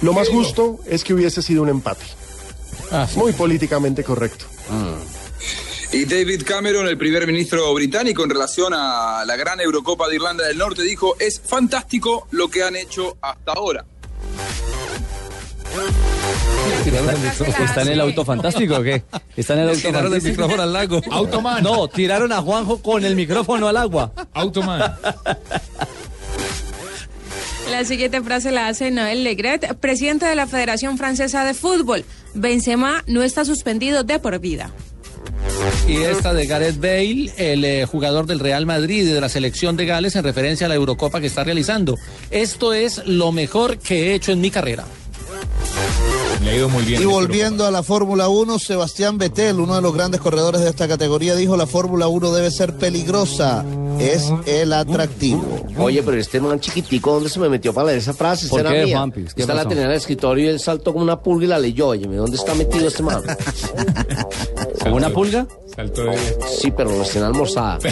S6: Lo más justo es que hubiese sido un empate.
S12: Ah,
S6: Muy políticamente correcto.
S20: Y David Cameron, el primer ministro británico, en relación a la gran Eurocopa de Irlanda del Norte, dijo, es fantástico lo que han hecho hasta ahora.
S12: ¿Está en el auto fantástico o qué? ¿Está en el auto
S15: Tiraron el
S12: fantástico?
S15: micrófono al lago.
S12: Automan. No, tiraron a Juanjo con el micrófono al agua.
S18: Automan.
S21: La siguiente frase la hace Noël Legret, presidente de la Federación Francesa de Fútbol. Benzema no está suspendido de por vida.
S15: Y esta de Gareth Bale, el eh, jugador del Real Madrid y de la selección de Gales en referencia a la Eurocopa que está realizando. Esto es lo mejor que he hecho en mi carrera.
S18: Le ha ido muy bien.
S9: Y volviendo a la Fórmula 1, Sebastián Vettel, uno de los grandes corredores de esta categoría, dijo la Fórmula 1 debe ser peligrosa. Es el atractivo.
S17: Oye, pero este man chiquitico, ¿dónde se me metió para leer esa frase?
S9: ¿Por
S17: Esa
S9: qué,
S17: era mía.
S9: Juanpis? ¿Qué
S17: Esta la
S9: pasó?
S17: tenía en el escritorio y él saltó como una pulga y la leyó. Oye, ¿dónde está metido este man?
S12: ¿Como una pulga?
S18: Saltó de...
S17: Sí, pero recién almorzada.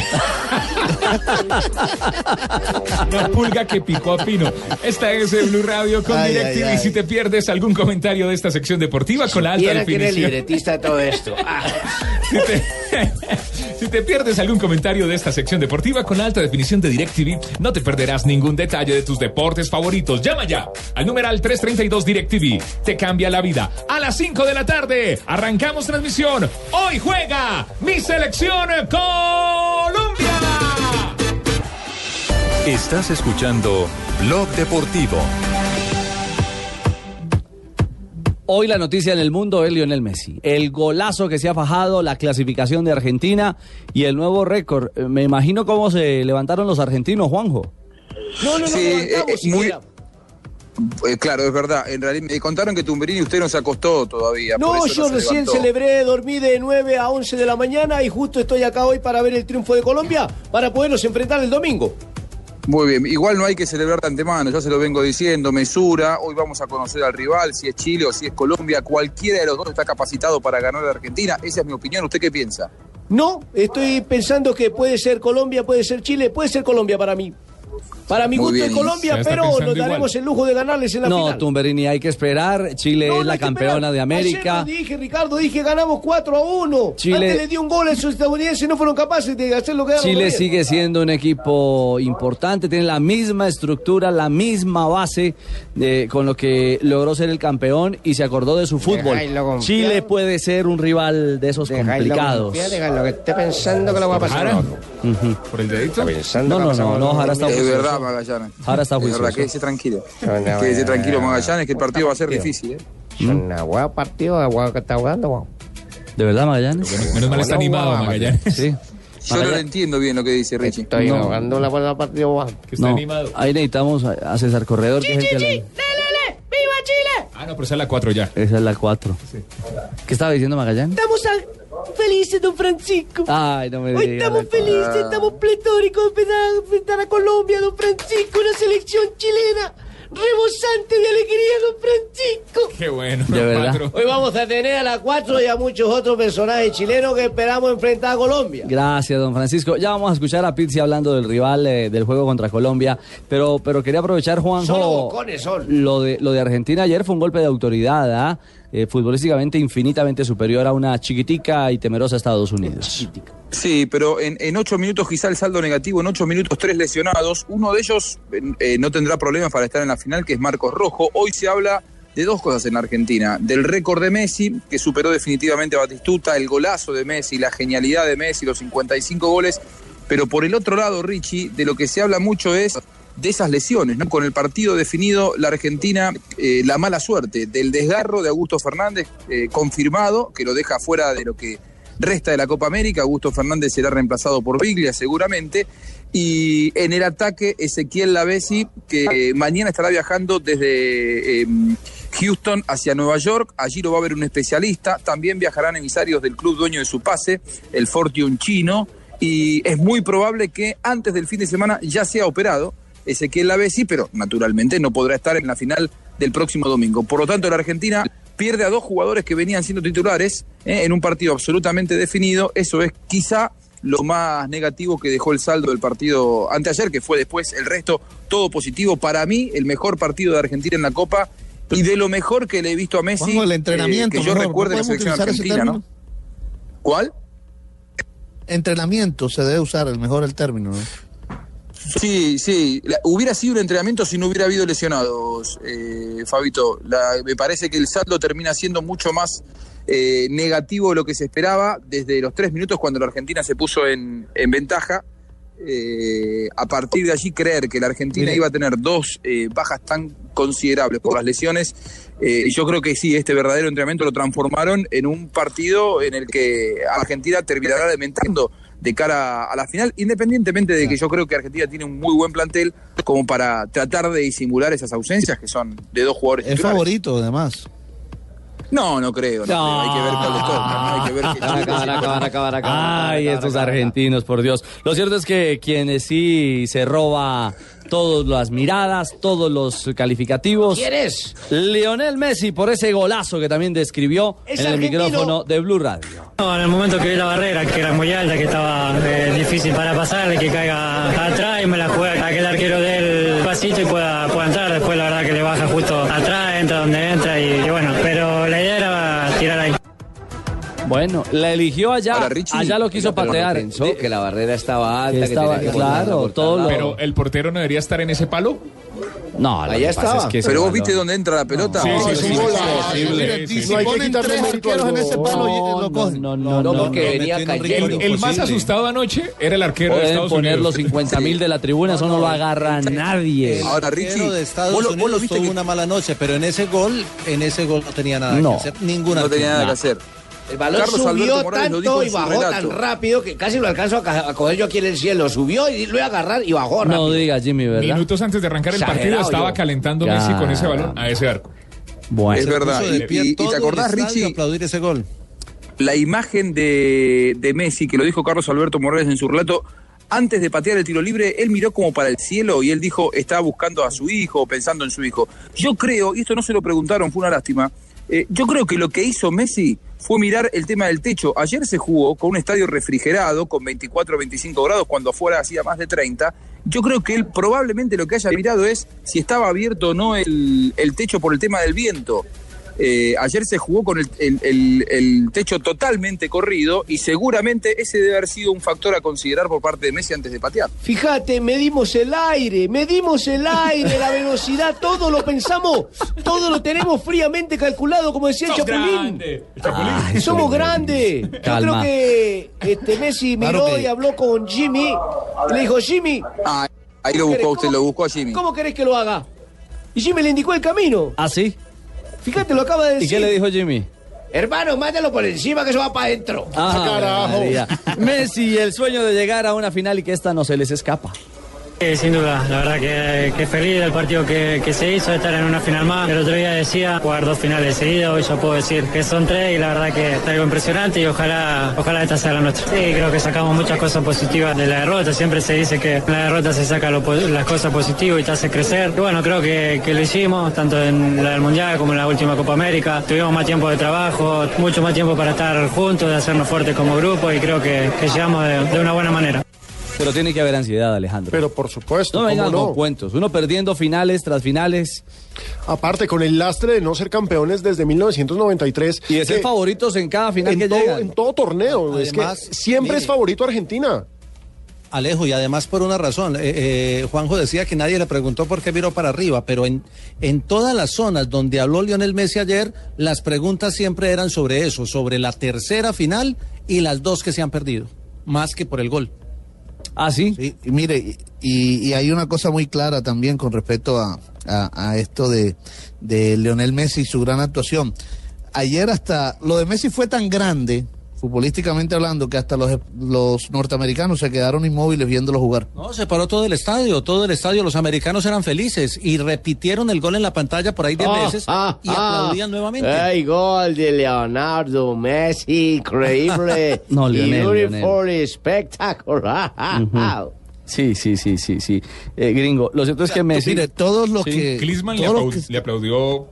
S18: Una pulga que picó a Pino. Esta es el Blue Radio con
S17: Ay,
S18: DirecTV.
S17: ay, ay.
S18: Si te pierdes algún comentario de esta sección deportiva con la alta
S11: Mira que era el
S18: definición.
S11: libretista de todo esto. Ah,
S18: Si te pierdes algún comentario de esta sección deportiva con la alta definición de DirecTV, no te perderás ningún detalle de tus deportes favoritos. Llama ya al numeral 332 DirecTV. Te cambia la vida. A las 5 de la tarde arrancamos transmisión. Hoy juega mi selección Colombia.
S22: Estás escuchando Blog Deportivo.
S12: Hoy la noticia en el mundo es Lionel Messi. El golazo que se ha fajado, la clasificación de Argentina y el nuevo récord. Eh, Me imagino cómo se levantaron los argentinos, Juanjo.
S20: sí, eh, eh, muy- Eh, claro, es verdad. En realidad me contaron que Tumberini usted no se acostó todavía. por
S11: No,
S20: eso
S11: yo
S20: se
S11: recién
S20: levantó.
S11: celebré, dormí de 9 a 11 de la mañana y justo estoy acá hoy para ver el triunfo de Colombia para poderlos enfrentar el domingo.
S20: Muy bien, igual no hay que celebrar de antemano, ya se lo vengo diciendo, mesura, hoy vamos a conocer al rival, si es Chile o si es Colombia, cualquiera de los dos está capacitado para ganar a Argentina, esa es mi opinión, ¿usted qué piensa?
S11: No, estoy pensando que puede ser Colombia, puede ser Chile, puede ser Colombia para mí. Para mi
S12: Muy
S11: gusto es
S12: bien.
S11: Colombia,
S12: Ya está
S11: pero nos
S12: pensando igual.
S11: daremos el lujo de ganarles en la
S12: No,
S11: final.
S12: Tumberini, hay que esperar. Chile
S11: No,
S12: es
S11: no
S12: la
S11: hay que
S12: campeona
S11: esperar.
S12: de América.
S11: Ayer lo dije, Ricardo, dije ganamos 4 a 1.
S12: Chile-
S11: Antes le dio un gol a esos estadounidenses y no fueron capaces de hacer lo que ganaron.
S12: Chile sigue siendo un equipo importante, tiene la misma estructura, la misma base de- con lo que logró ser el campeón y se acordó de su fútbol.
S11: Dejailo confiar.
S12: Chile puede ser un rival de esos complicados.
S11: lo que esté pensando que lo va a pasar.
S18: ¿Por el dedito?
S12: No, no, no, no, ahora está
S20: Es
S12: juicioso.
S20: verdad, Magallanes.
S12: Ahora está
S20: Es
S12: juicioso.
S20: verdad, quédese tranquilo.
S12: no,
S20: quédese
S12: no,
S20: tranquilo,
S12: no, no.
S20: Magallanes, que el partido va a ser
S12: Tranquilo.
S20: difícil. ¿eh?
S11: Es una hueá partido, la hueá que está jugando, guau.
S12: Mm. ¿De verdad, Magallanes?
S20: menos mal está animado, Magallanes.
S12: Sí.
S20: Yo no lo entiendo bien lo que dice Richie.
S12: Estoy No. jugando
S11: la buena partida,
S12: No, ahí necesitamos a, a César Corredor. que es el que la-
S14: ¡Viva Chile!
S18: Ah, no, pero esa es la 4 ya.
S12: Esa es la 4. ¿Qué estaba diciendo Magallanes?
S14: Estamos a- felices, don Francisco.
S12: Ay, no me
S14: Hoy
S12: digas.
S14: estamos felices, estamos pletóricos de empezar a enfrentar a Colombia, don Francisco, una selección chilena rebosante de alegría, don Francisco.
S18: Qué bueno.
S12: De verdad.
S11: Hoy vamos a tener a la 4 y a muchos otros personajes chilenos que esperamos enfrentar a Colombia.
S12: Gracias, don Francisco. Ya vamos a escuchar a Pizzi hablando del rival eh, del juego contra Colombia, pero, pero quería aprovechar,
S11: Solo
S12: Juanjo,
S11: bocones son.
S12: lo de, lo de Argentina ayer fue un golpe de autoridad, ¿ah? Eh, futbolísticamente infinitamente superior a una chiquitica y temerosa Estados Unidos.
S20: Sí, pero en, en ocho minutos quizá el saldo negativo, en ocho minutos tres lesionados. Uno de ellos eh, eh, no tendrá problemas para estar en la final, que es Marcos Rojo. Hoy se habla de dos cosas en Argentina. Del récord de Messi, que superó definitivamente a Batistuta, el golazo de Messi, la genialidad de Messi, los 55 goles. Pero por el otro lado, Richie, de lo que se habla mucho es de esas lesiones, ¿no? Con el partido definido, la Argentina, eh, la mala suerte del desgarro de Augusto Fernández, eh, confirmado, que lo deja fuera de lo que resta de la Copa América. Augusto Fernández será reemplazado por Biglia seguramente. Y en el ataque, Ezequiel Lavesi, que eh, mañana estará viajando desde eh, Houston hacia Nueva York. Allí lo va a ver un especialista. También viajarán emisarios del club dueño de su pase, el Fortune chino. Y es muy probable que antes del fin de semana ya sea operado Ezequiel Lavesi, pero naturalmente no podrá estar en la final del próximo domingo. Por lo tanto, la Argentina pierde a dos jugadores que venían siendo titulares eh, en un partido absolutamente definido. Eso es quizá lo más negativo que dejó el saldo del partido anteayer, que fue después el resto todo positivo. Para mí, el mejor partido de Argentina en la Copa y de lo mejor que le he visto a Messi.
S9: Juanjo, el
S20: eh,
S9: entrenamiento.
S20: que yo
S9: mejor.
S20: recuerde en la
S9: ¿Podemos
S20: selección
S9: utilizar ese
S20: argentina, ¿no?
S9: término?
S20: ¿Cuál?
S9: Entrenamiento se debe usar, el mejor el término. ¿no?
S20: Sí, sí. La- hubiera sido un entrenamiento si no hubiera habido lesionados, eh, Fabito. La- me parece que el saldo termina siendo mucho más eh, negativo de lo que se esperaba desde los tres minutos cuando la Argentina se puso en, en ventaja. Eh, a partir de allí creer que la Argentina
S1: Mire.
S20: iba a tener dos eh, bajas tan considerables por las lesiones, eh, yo creo que sí, este verdadero entrenamiento lo transformaron en un partido en el que Argentina terminará lamentando de cara a la final, independientemente de que yo creo que Argentina tiene un muy buen plantel como para tratar de disimular esas ausencias que son de dos jugadores.
S9: Es
S20: titulares.
S9: favorito, además.
S20: No, no creo, no, creo. Hay que ver cuál es todo. ¿no? Hay que ver qué
S12: Acabar,
S20: chicos y
S12: acabar,
S20: cuál no.
S12: acabar, acabar. Ay, estos argentinos, por Dios. Lo cierto es que quienes sí se roba todas las miradas, todos los calificativos.
S11: ¿Quién es?
S12: Lionel Messi por ese golazo que también describió
S11: Es
S12: en el
S11: argentino.
S12: micrófono de Blue Radio.
S4: No, en el momento que vi la barrera, que era muy alta, que estaba eh, difícil para pasar, que caiga atrás y me la juega para que el arquero dé el pasito y pueda, pueda entrar. Después la verdad que le baja justo atrás, entra donde entra y, y bueno, pero la idea era tirar ahí.
S12: Bueno, la eligió allá, allá lo quiso
S18: pero
S12: patear.
S17: Pensó que la barrera estaba alta.
S12: que estaba-
S17: tenía que
S12: claro,
S17: ponerla por
S12: todo
S17: tal lado.
S18: Pero el portero no debería estar en ese palo.
S12: No,
S18: lo que pasa es que ese
S20: Pero vos
S18: balón-
S20: viste dónde entra la pelota.
S18: Sí, sí,
S20: No,
S18: es un
S20: es
S18: golazo.
S20: imposible.
S18: Sí, sí, sí. No hay que quitarle mérito al gol.
S12: No, no, no,
S18: No, porque
S12: venía cayendo.
S18: El, el más asustado anoche era el arquero de
S12: Pueden
S18: Estados
S12: poner
S18: Unidos.
S12: los 50 mil de la tribuna, eso no lo agarra nadie.
S15: Ah,
S20: Ahora,
S8: Richie, de Estados Unidos tuvo una mala noche, pero en ese gol, en ese gol no tenía nada
S12: No.
S8: que hacer, ninguna.
S20: No tenía nada que hacer.
S11: El balón subió tanto y bajó tan rápido que casi lo alcanzo a, ca- a coger yo aquí en el cielo. Subió y lo iba a agarrar y bajó rápido.
S12: No digas, Jimmy, ¿verdad?
S18: Minutos antes de arrancar el partido
S11: Exagerado
S18: estaba
S11: yo.
S18: calentando
S12: Ya.
S18: Messi con ese balón a ese arco.
S12: Bueno.
S20: Es verdad.
S18: puso de pie
S20: Y, y
S18: todo
S20: te
S18: el
S20: acordás,
S18: estadio
S20: Richie,
S8: aplaudir ese gol.
S20: la imagen de, de Messi, que lo dijo Carlos Alberto Morales en su relato, antes de patear el tiro libre, él miró como para el cielo y él dijo, estaba buscando a su hijo, pensando en su hijo. Yo creo, y esto no se lo preguntaron, fue una lástima, eh, yo creo que lo que hizo Messi fue mirar el tema del techo. Ayer se jugó con un estadio refrigerado, con 24 o 25 grados, cuando afuera hacía más de 30. Yo creo que él probablemente lo que haya mirado es si estaba abierto o no el- el techo por el tema del viento. Eh, ayer se jugó con el, el- el- el techo totalmente corrido y seguramente ese debe haber sido un factor a considerar por parte de Messi antes de patear.
S11: Fíjate, medimos el aire, medimos el aire, la velocidad, todo lo pensamos, todo lo tenemos fríamente calculado, como decía el
S18: Sos
S11: Chapulín.
S18: grande.
S9: Ah,
S11: Somos grandes. Yo creo
S18: Calma.
S11: que este Messi miró
S20: Claro que-
S11: y habló con Jimmy. Le dijo, Jimmy,
S20: Ah, ahí lo buscó usted, lo buscó a Jimmy.
S11: ¿cómo querés que lo haga? Y Jimmy le indicó el camino.
S12: ¿Ah, sí?
S11: Fíjate, lo acaba de Ah,
S12: ¿Y
S11: decir.
S12: qué le dijo Jimmy?
S11: Hermano, mátalo por encima que eso va para adentro.
S12: Ah,
S11: carajo.
S12: María. Messi, el sueño de llegar a una final y que esta no se les escapa.
S4: Sí, sin duda, la verdad que, que feliz del partido que, que se hizo, estar en una final más. El otro día decía jugar dos finales seguidas, hoy yo puedo decir que son tres y la verdad que es algo impresionante y ojalá, ojalá esta sea la nuestra. Sí, creo que sacamos muchas cosas positivas de la derrota, siempre se dice que en la derrota se saca lo po- las cosas positivas y te hace crecer. Y bueno, creo que, que lo hicimos, tanto en la del Mundial como en la última Copa América. Tuvimos más tiempo de trabajo, mucho más tiempo para estar juntos, de hacernos fuertes como grupo y creo que, que llegamos de- de una buena manera.
S12: Pero tiene que haber ansiedad, Alejandro. Pero
S6: por supuesto.
S12: No
S6: ¿cómo
S12: vengan
S6: no?
S12: con cuentos. Uno perdiendo finales tras finales.
S6: Aparte, con el lastre de no ser campeones desde 1993.
S12: Y de ser favoritos en cada final
S6: en
S12: que
S6: todo,
S12: llegan.
S6: En todo torneo.
S8: Además,
S6: es que siempre es favorito Argentina.
S8: Alejo, y además por una razón, eh, eh, Juanjo decía que nadie le preguntó por qué miró para arriba, pero en, en todas las zonas donde habló Lionel Messi ayer, las preguntas siempre eran sobre eso, sobre la tercera final y las dos que se han perdido, más que por el gol.
S12: Ah, sí.
S9: y mire, y, y hay una cosa muy clara también con respecto a, a- a esto de, de Leonel Messi y su gran actuación. Ayer hasta lo de Messi fue tan grande, futbolísticamente hablando, que hasta los, los norteamericanos se quedaron inmóviles viéndolo jugar.
S8: No, se paró todo el estadio, todo el estadio, los americanos eran felices y repitieron el gol en la pantalla por ahí de
S11: Ah,
S8: veces
S11: ah,
S8: y
S11: ah.
S8: aplaudían nuevamente.
S11: ¡Ay, gol de Leonardo Messi! Increíble.
S12: No,
S11: Y
S12: Lionel,
S11: Beautiful espectacular.
S12: Ujú. Sí, sí, sí, sí, sí. Eh, gringo, lo cierto es que Messi.
S9: Mire, todos los
S12: que.
S18: Klinsmann le, aplaud- le aplaudió.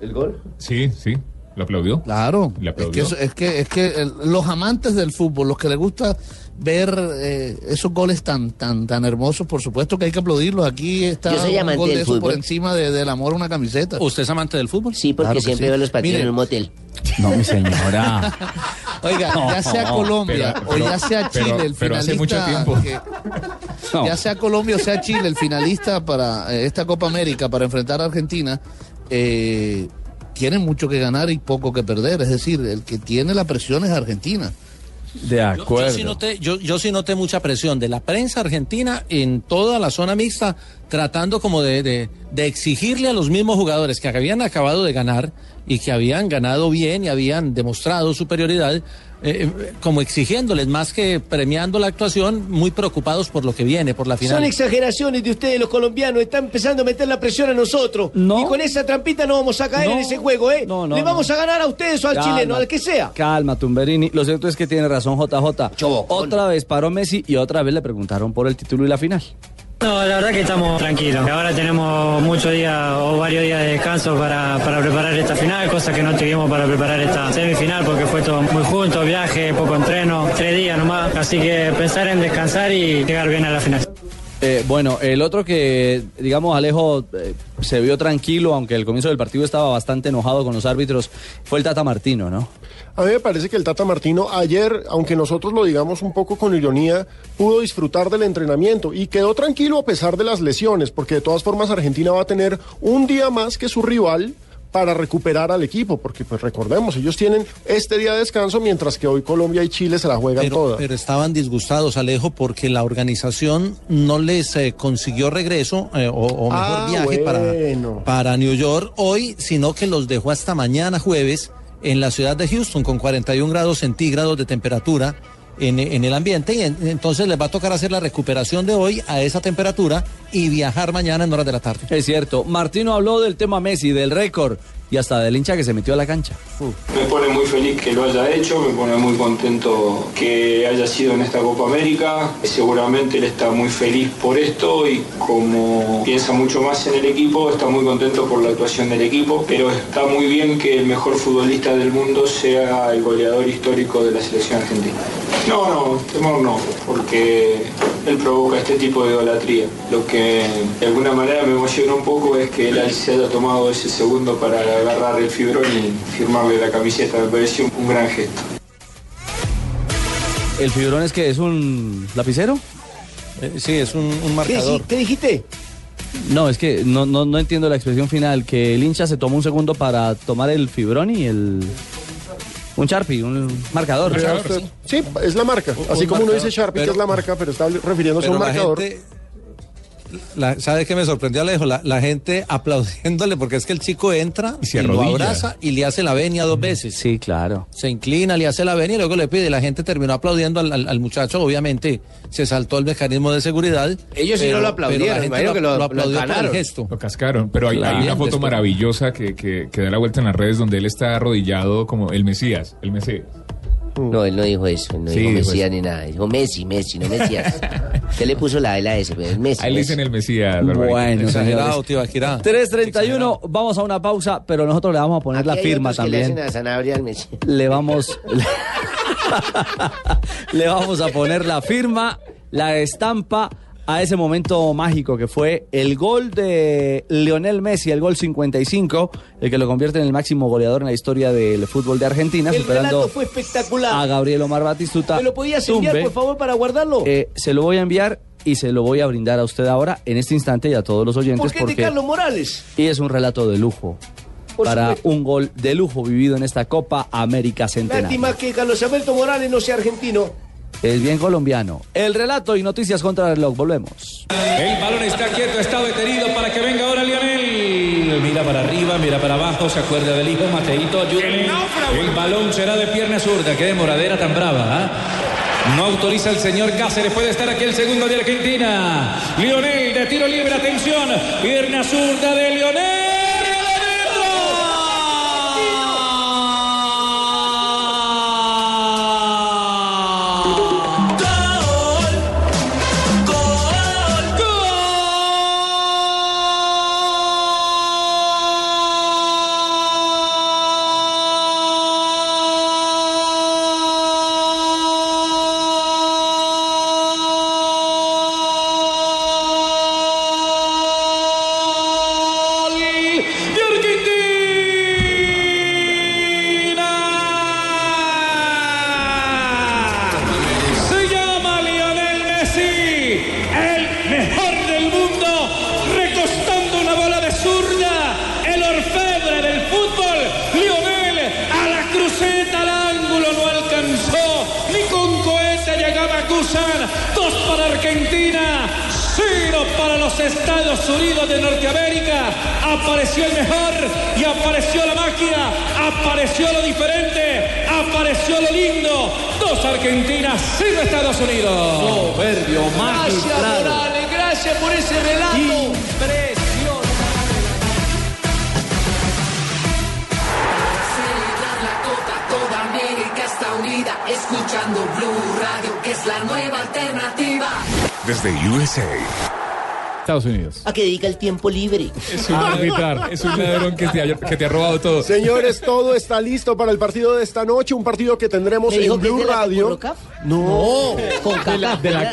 S11: ¿El gol?
S18: Sí, sí, lo aplaudió.
S9: Claro.
S18: Le
S9: Es que,
S18: aplaudió.
S9: eso- es que, es que el- los amantes del fútbol, los que les gusta ver eh, esos goles tan, tan, tan hermosos, por supuesto que hay que aplaudirlos. Aquí está
S13: Yo soy
S9: un
S13: amante
S9: gol
S13: del
S9: de eso por
S13: fútbol.
S9: encima de- del amor a una camiseta.
S8: ¿Usted es amante del fútbol?
S13: Sí, porque
S9: Claro que
S13: siempre
S9: sí.
S13: veo los partidos
S9: Mire.
S13: en un motel.
S12: No, mi señora.
S9: Oiga, ya sea Colombia
S18: Pero- pero-
S9: o ya sea Chile,
S18: pero-
S9: el
S18: pero hace
S9: finalista
S18: mucho tiempo.
S9: que-
S10: No.
S9: ya sea Colombia o sea Chile, el finalista para eh, esta Copa América, para enfrentar a Argentina, eh, tiene mucho que ganar y poco que perder. Es decir, el que tiene la presión es Argentina.
S10: De
S9: acuerdo.
S8: Yo sí, noté, yo- yo sí noté mucha presión de la prensa argentina en toda la zona mixta, tratando como de, de- de exigirle a los mismos jugadores que habían acabado de ganar y que habían ganado bien y habían demostrado superioridad, eh, eh, como exigiéndoles más que premiando la actuación, muy preocupados por lo que viene, por la
S14: Son
S8: final.
S14: exageraciones de ustedes los colombianos, están empezando a meter la presión a nosotros. Y con esa trampita no vamos a caer
S12: No,
S14: en ese juego, ¿eh?
S12: no,
S14: Le vamos
S12: no.
S14: a ganar a ustedes o al
S12: Calma.
S14: chileno, al que sea.
S12: Calma, Tumberini. Lo cierto es que tiene razón JJ. Otra vez paró Messi y otra vez le preguntaron por el título y la final.
S4: No, la verdad que estamos tranquilos. Ahora tenemos muchos días o varios días de descanso para, para preparar esta final, cosa que no tuvimos para preparar esta semifinal porque fue todo muy junto, viaje, poco entreno, tres días nomás. Así que pensar en descansar y llegar bien a la final.
S12: Eh, bueno, el otro que, digamos, Alejo eh, se vio tranquilo, aunque al comienzo del partido estaba bastante enojado con los árbitros, fue el Tata Martino, ¿no?
S6: A mí me parece que el Tata Martino ayer, aunque nosotros lo digamos un poco con ironía, pudo disfrutar del entrenamiento y quedó tranquilo a pesar de las lesiones, porque de todas formas Argentina va a tener un día más que su rival para recuperar al equipo, porque pues recordemos, ellos tienen este día de descanso mientras que hoy Colombia y Chile se la juegan toda.
S8: Pero eh, estaban disgustados, Alejo, porque la organización no les eh, consiguió regreso eh, o, o mejor
S6: Ah,
S8: viaje para, para New York hoy, sino que los dejó hasta mañana jueves en la ciudad de Houston con 41 grados centígrados de temperatura en, en el ambiente. Y en- entonces les va a tocar hacer la recuperación de hoy a esa temperatura y viajar mañana en horas de la tarde.
S12: Es cierto, Martino habló del tema Messi, del récord y hasta del hincha que se metió a la cancha.
S1: Me pone muy feliz que lo haya hecho, me pone muy contento que haya sido en esta Copa América. Seguramente él está muy feliz por esto y como piensa mucho más en el equipo, está muy contento por la actuación del equipo, pero está muy bien que el mejor futbolista del mundo sea el goleador histórico de la selección argentina. No, no, temor no, porque él provoca este tipo de idolatría. Lo que de alguna manera me emociona un poco es que él se haya tomado ese segundo para agarrar el fibrón y firmarle la camiseta. Me pareció un gran gesto.
S12: ¿El figurón es que es un lapicero?
S8: Eh, sí, es un,
S12: marcador.
S14: ¿Qué dijiste?
S12: No, es que no, no, no entiendo la expresión final, que el hincha se tomó un segundo para tomar el fibrón y el... Un Sharpie, un marcador.
S6: O sea, usted- sí, es la marca. Así
S8: un
S6: como uno
S8: marcador,
S6: dice Sharpie, que
S8: pero-
S6: es la marca, pero está refiriéndose a
S8: Pero
S6: un
S8: la
S6: marcador.
S8: gente- la- ¿Sabes qué me sorprendió, Alejo? La, la gente aplaudiéndole porque es que el chico entra y,
S12: se
S8: lo
S12: arrodilla.
S8: abraza y le hace la venia dos veces.
S12: Sí, claro.
S8: Se inclina, le hace la venia y luego le pide. La gente terminó aplaudiendo al, al- al muchacho. Obviamente se saltó el mecanismo de seguridad.
S18: Ellos sí
S8: pero-
S18: no lo aplaudieron,
S8: pero la gente
S18: imagino que lo- lo
S8: aplaudió por el
S18: ganaron.
S8: gesto.
S18: Lo cascaron, pero hay, hay
S8: Claramente,
S18: una foto
S8: esto-
S18: maravillosa que, que, que da la vuelta en las redes donde él está arrodillado como el Mesías, el Mesías.
S13: No, él no dijo eso, él no
S18: Sí,
S13: dijo
S18: dijo
S13: Mesías
S18: eso.
S13: ni nada. Dijo Messi, Messi, no Mesías. Usted le puso la vela ese, pero pues, es Messi.
S18: Ahí le dicen el Mesías. Barbarita.
S12: Bueno, señores. 3.31, vamos a una pausa, pero nosotros le vamos a poner la
S13: Aquí hay
S12: firma
S13: otros que Le
S12: también.
S13: hacen a Sanabria al Messi.
S12: le vamos le vamos a poner la firma, la estampa a ese momento mágico que fue el gol de Lionel Messi, el gol 55, el que lo convierte en el máximo goleador en la historia del fútbol de Argentina,
S14: El relato
S12: superando
S14: fue
S12: a
S14: espectacular.
S12: Gabriel Omar Batistuta.
S14: ¿Me lo podías enviar,
S12: Tumbe.
S14: por favor, para guardarlo?
S12: Eh, se lo voy a enviar y se lo voy a brindar a usted ahora, en este instante y a todos los oyentes.
S14: ¿Por qué de
S12: porque
S14: Carlos Morales?
S12: y es un relato de lujo para un gol de lujo vivido en esta Copa América Centenario.
S14: Lástima que Carlos Alberto Morales no sea argentino.
S12: Es bien colombiano. El relato y noticias contra el reloj. Volvemos.
S5: El balón está quieto, está detenido para que venga ahora Lionel. Mira para arriba, mira para abajo, se acuerda del hijo Mateito, ayúdame. El balón será de pierna zurda, qué demoradera tan brava. ¿ah? No autoriza el señor Cáceres, puede estar aquí el segundo de Argentina. Lionel de tiro libre, atención, pierna zurda de Lionel. ¡Gol! Luzán, dos para Argentina, cero para los Estados Unidos de Norteamérica. Apareció el mejor y apareció la magia, apareció lo diferente, apareció lo lindo. Dos Argentina, cero Estados Unidos. Soberbio,
S14: Gracias, Morales, gracias por ese relato.
S2: Celebrar la Copa, toda América está unida, escuchando Blue Radio, que es la nueva alternativa.
S22: Desde USA.
S10: Estados Unidos.
S13: A que dedica el tiempo libre. Ah.
S18: Es un arbitrar, Ah. es un ladrón que te, ha, que te ha robado todo.
S6: Señores, todo está listo para el partido de esta noche, un partido que tendremos
S13: ¿Me dijo
S6: en
S13: que es
S6: Blue
S13: de la
S6: Radio.
S13: Concacaf?
S6: No,
S10: de la, de la Coca-Cola.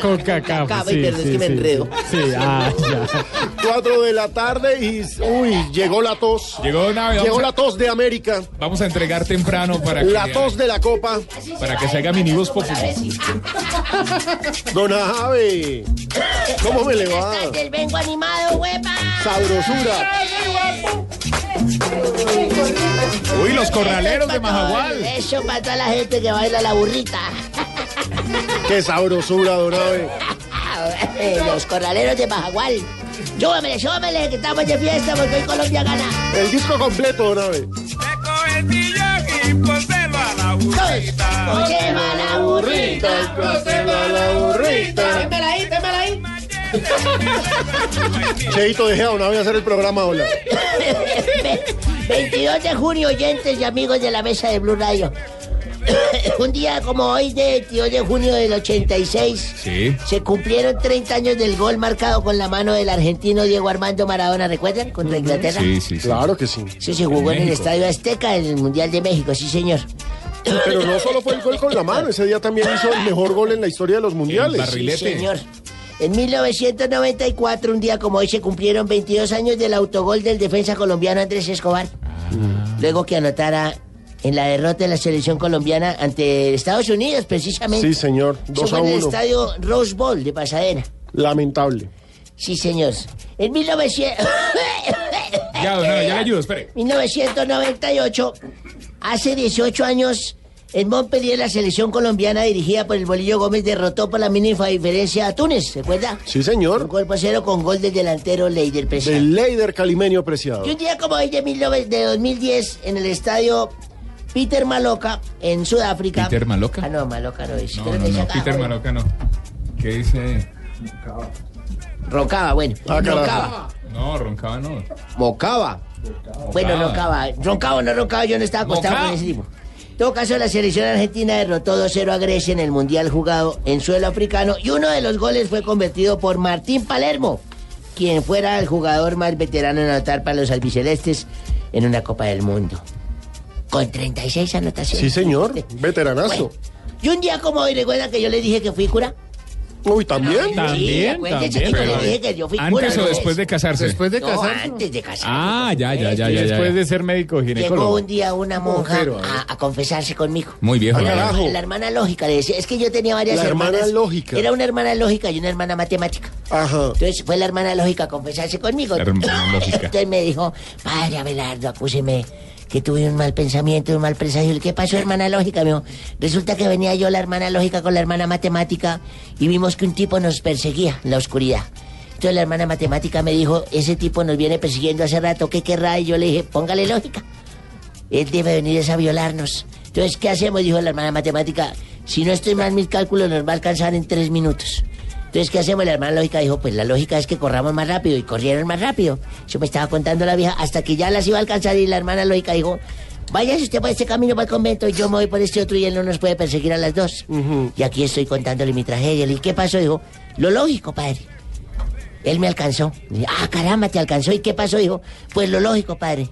S6: Concacaf, ay, perdón, es que me enredo.
S10: Sí, ah, ya.
S6: 4 de la tarde y uy, llegó la tos.
S18: Llegó Nave,
S6: Llegó
S18: vamos a-
S6: la tos de América.
S18: Vamos a entregar temprano para que,
S6: La tos de la copa.
S18: para que se haga minibus popular.
S6: Don Ave. ¿Cómo me le va?
S7: Del vengo animado, huepa.
S6: Sabrosura.
S18: Uy, los corraleros
S7: Eso es
S18: de
S7: pa' todo-
S18: Majagual.
S7: Eso para toda la gente que baila la burrita.
S6: Qué sabrosura, Don Ave.
S7: Ah, eh, Los corraleros de Majagual. Llámele, llámele, que estamos de fiesta porque hoy Colombia gana.
S6: El disco completo, Don Ave.
S7: Pónselo a la burrita, pónselo a la burrita.
S14: Témela ahí, témela ahí.
S6: Cheito, deje a Don Ave hacer el programa, hola.
S7: 22 de junio, oyentes y amigos de la mesa de Blue Radio. Un día como hoy, de 22 de junio del 86,
S18: Sí.
S7: se cumplieron 30 años del gol marcado con la mano del argentino Diego Armando Maradona, ¿recuerdan? Contra Inglaterra.
S6: Claro que sí.
S7: Sí, se jugó en el Estadio Azteca, en el Mundial de México, sí, señor.
S6: Pero no solo fue el gol con la mano, ese día también hizo el mejor gol en la historia de los mundiales.
S7: Sí, señor. En 1994, un día como hoy, se cumplieron 22 años del autogol del defensa colombiano Andrés Escobar. Luego que anotara en la derrota de la selección colombiana ante Estados Unidos, precisamente.
S6: Sí, señor.
S7: Eso
S6: 2
S7: fue
S6: a
S7: en el
S6: 1.
S7: estadio Rose Bowl de Pasadena.
S6: Lamentable.
S7: Sí, señor. En 1900
S18: Ya, don Ave, ya le ayudo, espere.
S7: 1998, hace 18 años, en Montpellier, la selección colombiana dirigida por el Bolillo Gómez derrotó por la mínima diferencia a Túnez, ¿se acuerda?
S6: Sí, señor.
S7: Un cuerpo a cero con gol del delantero Leider Preciado.
S6: Del Leider Calimenio Preciado.
S7: Y un día como hoy de, 19 de 2010, en el estadio Peter Maloca, en Sudáfrica.
S18: ¿Peter Maloca?
S7: Ah, no, Maloca no es.
S18: No,
S7: Creo
S18: no,
S7: que es
S18: no,
S7: acá.
S18: Peter Maroca no. ¿Qué dice?
S7: Roncaba, bueno.
S18: Ah, carajo.
S7: Roncaba.
S18: No, roncaba no.
S7: Mocaba. Bueno, roncaba. Roncaba o no roncaba, yo no estaba acostado
S18: Mocaba.
S7: con ese tipo. En todo caso, la selección argentina derrotó 2-0 a Grecia en el Mundial jugado en suelo africano y uno de los goles fue convertido por Martín Palermo, quien fuera el jugador más veterano en anotar para los albicelestes en una Copa del Mundo. Con 36 anotaciones.
S6: Sí, señor. Veteranazo.
S7: Bueno, y un día como hoy, ¿recuerdan que yo le dije que fui cura?
S6: Uy, también.
S7: Sí, acuérdense que yo le dije que yo fui cura.
S18: ¿Antes o
S7: ¿no?
S18: después de casarse?
S10: Después de
S7: No,
S10: casarse.
S7: antes de casarse.
S18: Ah, ya, ya, ya,
S10: Y
S18: ya. ya.
S10: después de ser médico
S7: Llegó
S10: ginecólogo.
S7: un día una monja
S10: Pero,
S7: a, a confesarse conmigo.
S18: Muy viejo.
S7: La,
S18: Ah, Carajo.
S7: la hermana lógica le decía, es que yo tenía varias
S6: La hermana
S7: hermanas.
S6: lógica.
S7: Era una hermana lógica y una hermana matemática.
S6: Ajá.
S7: Entonces fue la hermana lógica a confesarse conmigo.
S18: La hermana lógica.
S7: Entonces me dijo, padre Abelardo, acúseme que tuve un mal pensamiento, un mal presagio. ¿Y ¿Qué pasó, hermana lógica? Me dijo, resulta que venía yo, la hermana lógica, con la hermana matemática y vimos que un tipo nos perseguía en la oscuridad. Entonces la hermana matemática me dijo, ese tipo nos viene persiguiendo hace rato, ¿qué querrá? Y yo le dije, póngale lógica. Él debe venir es a violarnos. Entonces, ¿qué hacemos? Dijo la hermana matemática. Si no estoy mal, mis cálculos nos va a alcanzar en tres minutos. Entonces, ¿qué hacemos? La hermana lógica dijo, pues la lógica es que corramos más rápido. Y corrieron más rápido. Yo me estaba contando la vieja hasta que ya las iba a alcanzar y la hermana lógica dijo, váyase usted por este camino para el convento, yo me voy por este otro y él no nos puede perseguir a las dos. Y aquí estoy contándole mi tragedia. ¿Y qué pasó? Dijo, lo lógico, padre. Él me alcanzó. Y, ah, caramba, te alcanzó. ¿Y qué pasó, hijo? Pues lo lógico, padre.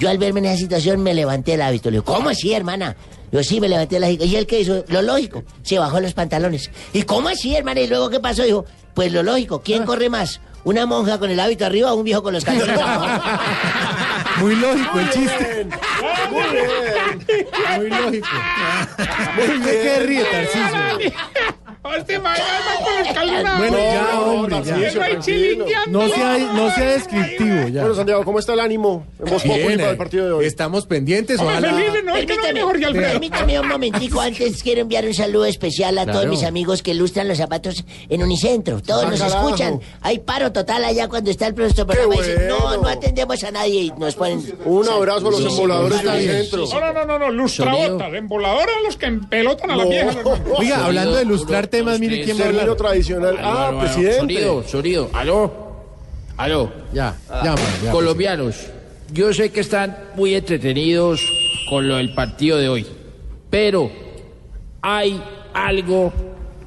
S7: Yo al verme en esa situación me levanté el hábito. Le digo, ¿cómo así, hermana? Yo sí me levanté el hábito. ¿Y él qué hizo? Lo lógico. Se bajó los pantalones. ¿Y cómo así, hermana? ¿Y luego qué pasó, hijo? Pues lo lógico. ¿Quién corre más? ¿Una monja con el hábito arriba o un viejo con los calzones abajo?
S15: Muy lógico el chiste.
S5: Muy bien. Muy lógico. Muy bien. ¿Qué ríe, Tarcísio?
S6: Bueno, ya, hombre, ya.
S5: Tarcisio,
S6: No sea, no sea descriptivo, ya.
S5: Bueno, Santiago, ¿cómo está el ánimo en Voz
S6: Bien,
S5: Populi para
S6: eh,
S5: el partido de hoy?
S6: Estamos pendientes, ojalá.
S5: Alfredo.
S7: permítame un momentico, antes quiero enviar un saludo especial a todos
S6: Claro.
S7: mis amigos que ilustran los zapatos en Unicentro. Todos
S6: Ah,
S7: nos
S6: carajo.
S7: escuchan. Hay paro total allá cuando está el nuestro programa. Dicen, no, no atendemos a nadie y nos ponen...
S5: Un abrazo a los
S7: Sí, sí,
S5: emboladores
S7: está
S5: de
S7: bien.
S5: Unicentro.
S7: Sí,
S18: No, no, no, no, no, lustrabotas, emboladoras los que empelotan a la
S5: No.
S18: vieja. hermano.
S6: Oiga, hablando de ilustrar temas, mire quién va a hablar.
S5: Término tradicional. Ah,
S18: pues
S5: presidente.
S10: Sonido, sonido. Aló. Aló. Ya,
S6: ya,
S11: pues,
S6: man, ya.
S10: Colombianos, yo sé que están muy entretenidos con lo del partido de hoy, pero hay algo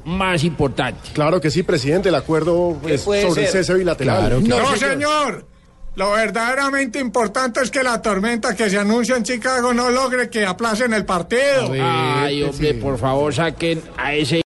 S10: más importante.
S5: Claro que sí, presidente, el acuerdo pues,
S10: puede
S5: sobre el
S10: ser?
S5: cese bilateral.
S6: No,
S11: No,
S6: señor.
S11: señor. Lo verdaderamente importante es que la tormenta que se anuncia en Chicago no logre que aplacen el partido.
S10: Ay, hombre, por favor, saquen a ese